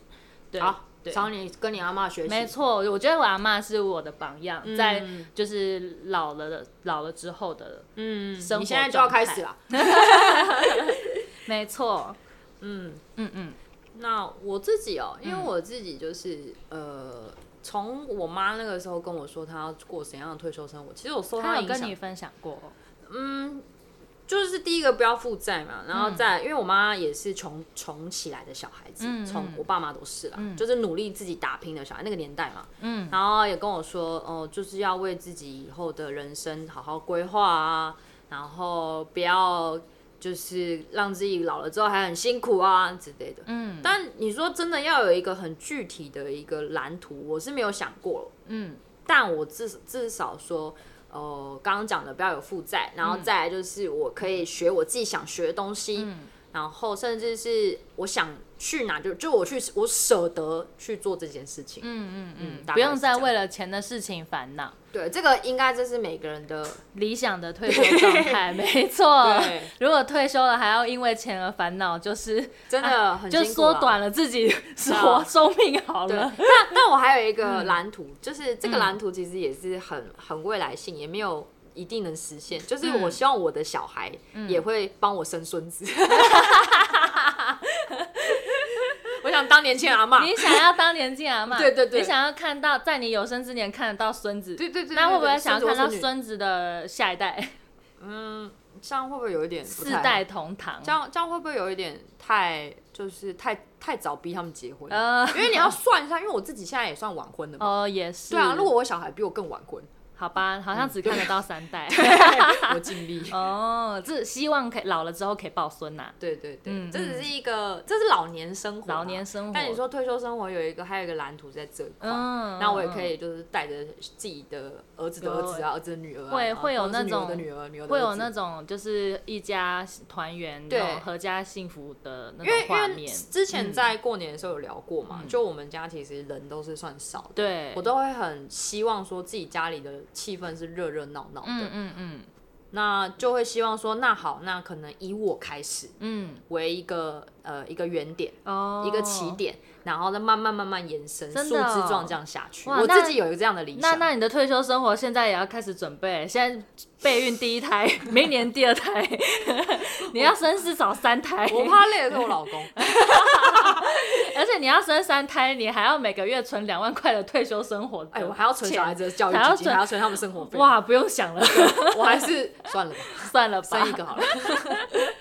Speaker 2: 对，
Speaker 1: 好，
Speaker 2: 对。
Speaker 1: 找你跟你阿妈学习，
Speaker 2: 没错，我觉得我阿嬷是我的榜样，
Speaker 1: 嗯
Speaker 2: 在就是老了的老了之后的
Speaker 1: 嗯，
Speaker 2: 生活
Speaker 1: 你现在就要
Speaker 2: 状态
Speaker 1: 开始了。
Speaker 2: 没错，
Speaker 1: 嗯，
Speaker 2: 嗯嗯，
Speaker 1: 那我自己哦，因为我自己就是、呃。从我妈那个时候跟我说她要过怎样的退休生活，其实我受她
Speaker 2: 他
Speaker 1: 的
Speaker 2: 有
Speaker 1: 影
Speaker 2: 跟
Speaker 1: 响
Speaker 2: 你分享过，
Speaker 1: 嗯，就是第一个不要负债嘛，然后
Speaker 2: 嗯
Speaker 1: 再、因为我妈也是穷穷起来的小孩子
Speaker 2: 嗯，
Speaker 1: 从、
Speaker 2: 嗯
Speaker 1: 我爸妈都是啦，就是努力自己打拼的小孩，那个年代嘛，
Speaker 2: 嗯，
Speaker 1: 然后也跟我说，哦、就是要为自己以后的人生好好规划啊，然后不要就是让自己老了之后还很辛苦啊之类的。
Speaker 2: 嗯
Speaker 1: 但你说真的要有一个很具体的一个蓝图，我是没有想过，
Speaker 2: 嗯
Speaker 1: 但我至至少说，呃，刚刚讲的不要有负债，然后再来就是我可以学我自己想学的东西，
Speaker 2: 嗯
Speaker 1: 然后甚至是我想去哪就就我去我舍得去做这件事情。
Speaker 2: 嗯
Speaker 1: 大
Speaker 2: 嗯嗯，
Speaker 1: 概
Speaker 2: 不用
Speaker 1: 是这
Speaker 2: 再
Speaker 1: 样
Speaker 2: 为了钱的事情烦恼。
Speaker 1: 对，这个应该这是每个人的
Speaker 2: 理想的退休状
Speaker 1: (laughs)
Speaker 2: 态，没错
Speaker 1: 对。
Speaker 2: 如果退休了还要因为钱而烦恼，就
Speaker 1: (laughs)
Speaker 2: 是啊
Speaker 1: 真的很辛
Speaker 2: 就
Speaker 1: 苦、
Speaker 2: 缩。短了自己
Speaker 1: 啊
Speaker 2: 活寿命好
Speaker 1: 对， (laughs)
Speaker 2: 了。
Speaker 1: 但但我还有一个蓝图，就是这个蓝图其实也是很很未来性，也没有一定能实现。就是我希望我的小孩也会帮我生孙子。 (laughs) 我想当年轻人阿 (laughs) 妈，
Speaker 2: 你想要当年纪阿嘛？
Speaker 1: 对对对
Speaker 2: 你想要看到在你有生之年看得到孙子，
Speaker 1: 对对对，
Speaker 2: 那会不
Speaker 1: 对
Speaker 2: 会
Speaker 1: 对
Speaker 2: 想要
Speaker 1: 孙
Speaker 2: 看
Speaker 1: 子或
Speaker 2: 到
Speaker 1: 孙女
Speaker 2: 孙子的下一代，
Speaker 1: 嗯，这样会不会有一点不
Speaker 2: 四
Speaker 1: 太好
Speaker 2: 代？同堂
Speaker 1: 这？样这样会不会有一点太就是太太早逼他们结婚？
Speaker 2: 呃，
Speaker 1: 啊因为你要算一下，因为我自己现在也算晚婚的嘛。
Speaker 2: 哦，也是。 (laughs)
Speaker 1: 对啊，如果我小孩比我更晚婚，
Speaker 2: 好吧，好像只看得到三
Speaker 1: (laughs)
Speaker 2: 代。
Speaker 1: 我尽
Speaker 2: (laughs)
Speaker 1: 力。
Speaker 2: 哦，这希望可以老了之后可以抱孙呐。
Speaker 1: 对对对，
Speaker 2: 嗯
Speaker 1: 这只是一个，这是老年生活嘛，
Speaker 2: 老年生活
Speaker 1: 但你说退休生活有一个，还有一个蓝图是在这一块，
Speaker 2: 嗯
Speaker 1: 那我也可以就是带着自己的儿子的儿子啊，儿子的女儿啊，
Speaker 2: 会
Speaker 1: 啊
Speaker 2: 会有
Speaker 1: 或者是
Speaker 2: 那种
Speaker 1: 女儿的女儿，女儿的
Speaker 2: 会有
Speaker 1: 儿子
Speaker 2: 那种就是一家团圆，
Speaker 1: 对
Speaker 2: 那种合家幸福的那
Speaker 1: 因为
Speaker 2: 种画
Speaker 1: 因为
Speaker 2: 面。
Speaker 1: 之前在过年的时候有聊过嘛，
Speaker 2: 嗯
Speaker 1: 就我们家其实人都是算少的，
Speaker 2: 对，
Speaker 1: 我都会很希望说自己家里的气氛是热热闹闹的，
Speaker 2: 嗯嗯嗯
Speaker 1: 那就会希望说那好，那可能以我开始
Speaker 2: 嗯
Speaker 1: 为一个呃一个原点。
Speaker 2: 哦，
Speaker 1: 一个起。点，然后再慢慢慢慢延伸，
Speaker 2: 真
Speaker 1: 树
Speaker 2: 的哦
Speaker 1: 枝状这样下去。
Speaker 2: 哇
Speaker 1: 我
Speaker 2: 那
Speaker 1: 自己有一个这样的理
Speaker 2: 那
Speaker 1: 想。
Speaker 2: 那你的退休生活现在也要开始准备，现在备孕第一
Speaker 1: (laughs)
Speaker 2: 胎，明年第二胎，你要生至少三胎，
Speaker 1: 我怕累的是我老
Speaker 2: (laughs)
Speaker 1: 公，
Speaker 2: 而且你要生三胎，你还要每个月存两万块的退休生活，
Speaker 1: 哎，我还要存小孩子的教育
Speaker 2: 还要
Speaker 1: 基金，
Speaker 2: 存
Speaker 1: 还要存他们生活费。，
Speaker 2: 哇，不用
Speaker 1: (laughs)
Speaker 2: 想了，
Speaker 1: 我还是算了
Speaker 2: (laughs)
Speaker 1: 吧，
Speaker 2: 算了吧，
Speaker 1: 生一个嗯好了。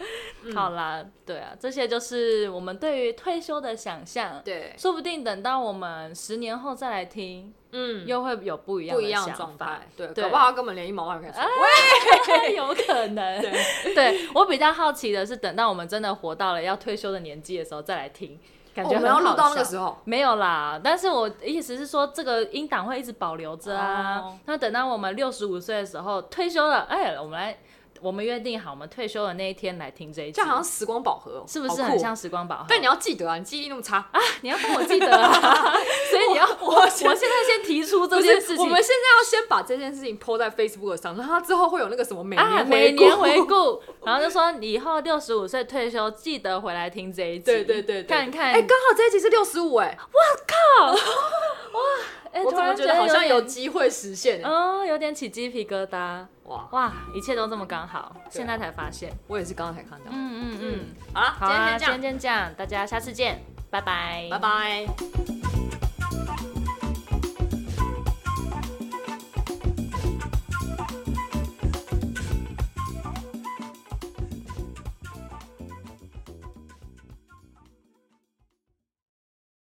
Speaker 2: 好啦，对啊，这些就是我们对于退休的想象。，
Speaker 1: 对，
Speaker 2: 说不定等到我们十年后再来听，
Speaker 1: 嗯，
Speaker 2: 又会有不一样
Speaker 1: 不一样的
Speaker 2: 想
Speaker 1: 状
Speaker 2: 法
Speaker 1: 态。，对，
Speaker 2: 对啊
Speaker 1: 搞不好他根本连一毛二可以存。
Speaker 2: (laughs) 有
Speaker 1: (laughs)
Speaker 2: 可能。对，我比较好奇的是，等到我们真的活到了要退休的年纪的时候再来听，感
Speaker 1: 哦
Speaker 2: 觉
Speaker 1: 我
Speaker 2: 很
Speaker 1: 们要
Speaker 2: 好笑。
Speaker 1: 录到那个时候，
Speaker 2: 没有啦，但是我意思是说，这个音档会一直保留着啊。
Speaker 1: 哦
Speaker 2: 那等到我们六十五岁的时候退休了，哎、我们来，我们约定好，我们退休的那一天来听这一集，
Speaker 1: 这样好像时光宝盒哦，
Speaker 2: 是不是
Speaker 1: 好酷
Speaker 2: 很像？时光宝盒？
Speaker 1: 但你要记得啊，你记忆力那么差。
Speaker 2: 你要帮我记得、啊， (laughs) 所
Speaker 1: (laughs)
Speaker 2: 以你要我我现在先提出这
Speaker 1: 不
Speaker 2: 件
Speaker 1: 是
Speaker 2: 事情。
Speaker 1: 我们现在要先把这件事情 PO 在 Facebook 上，然后之后会有那个什么每
Speaker 2: 啊，
Speaker 1: 年
Speaker 2: 每
Speaker 1: 回顾
Speaker 2: 年回顾， (laughs) 然后就说你以后六十五岁退休，记得回来听这一集，
Speaker 1: 对对对对
Speaker 2: 看看。
Speaker 1: 哎，刚好这一集是六十五哎，
Speaker 2: 哎
Speaker 1: 我怎么
Speaker 2: 突
Speaker 1: 觉
Speaker 2: 然
Speaker 1: 得好像有
Speaker 2: 点
Speaker 1: 机会实现欸？
Speaker 2: 嗯，有点起鸡皮疙瘩。
Speaker 1: 哇，
Speaker 2: 哇，一切都这么刚好，
Speaker 1: 啊
Speaker 2: 现在才发现。
Speaker 1: 我也是刚刚才看到。
Speaker 2: 嗯嗯嗯，
Speaker 1: 好了，
Speaker 2: 好
Speaker 1: 今天
Speaker 2: 啊，
Speaker 1: 先这
Speaker 2: 今
Speaker 1: 样，
Speaker 2: 天先这样，大家下次见，拜拜，
Speaker 1: 拜。拜。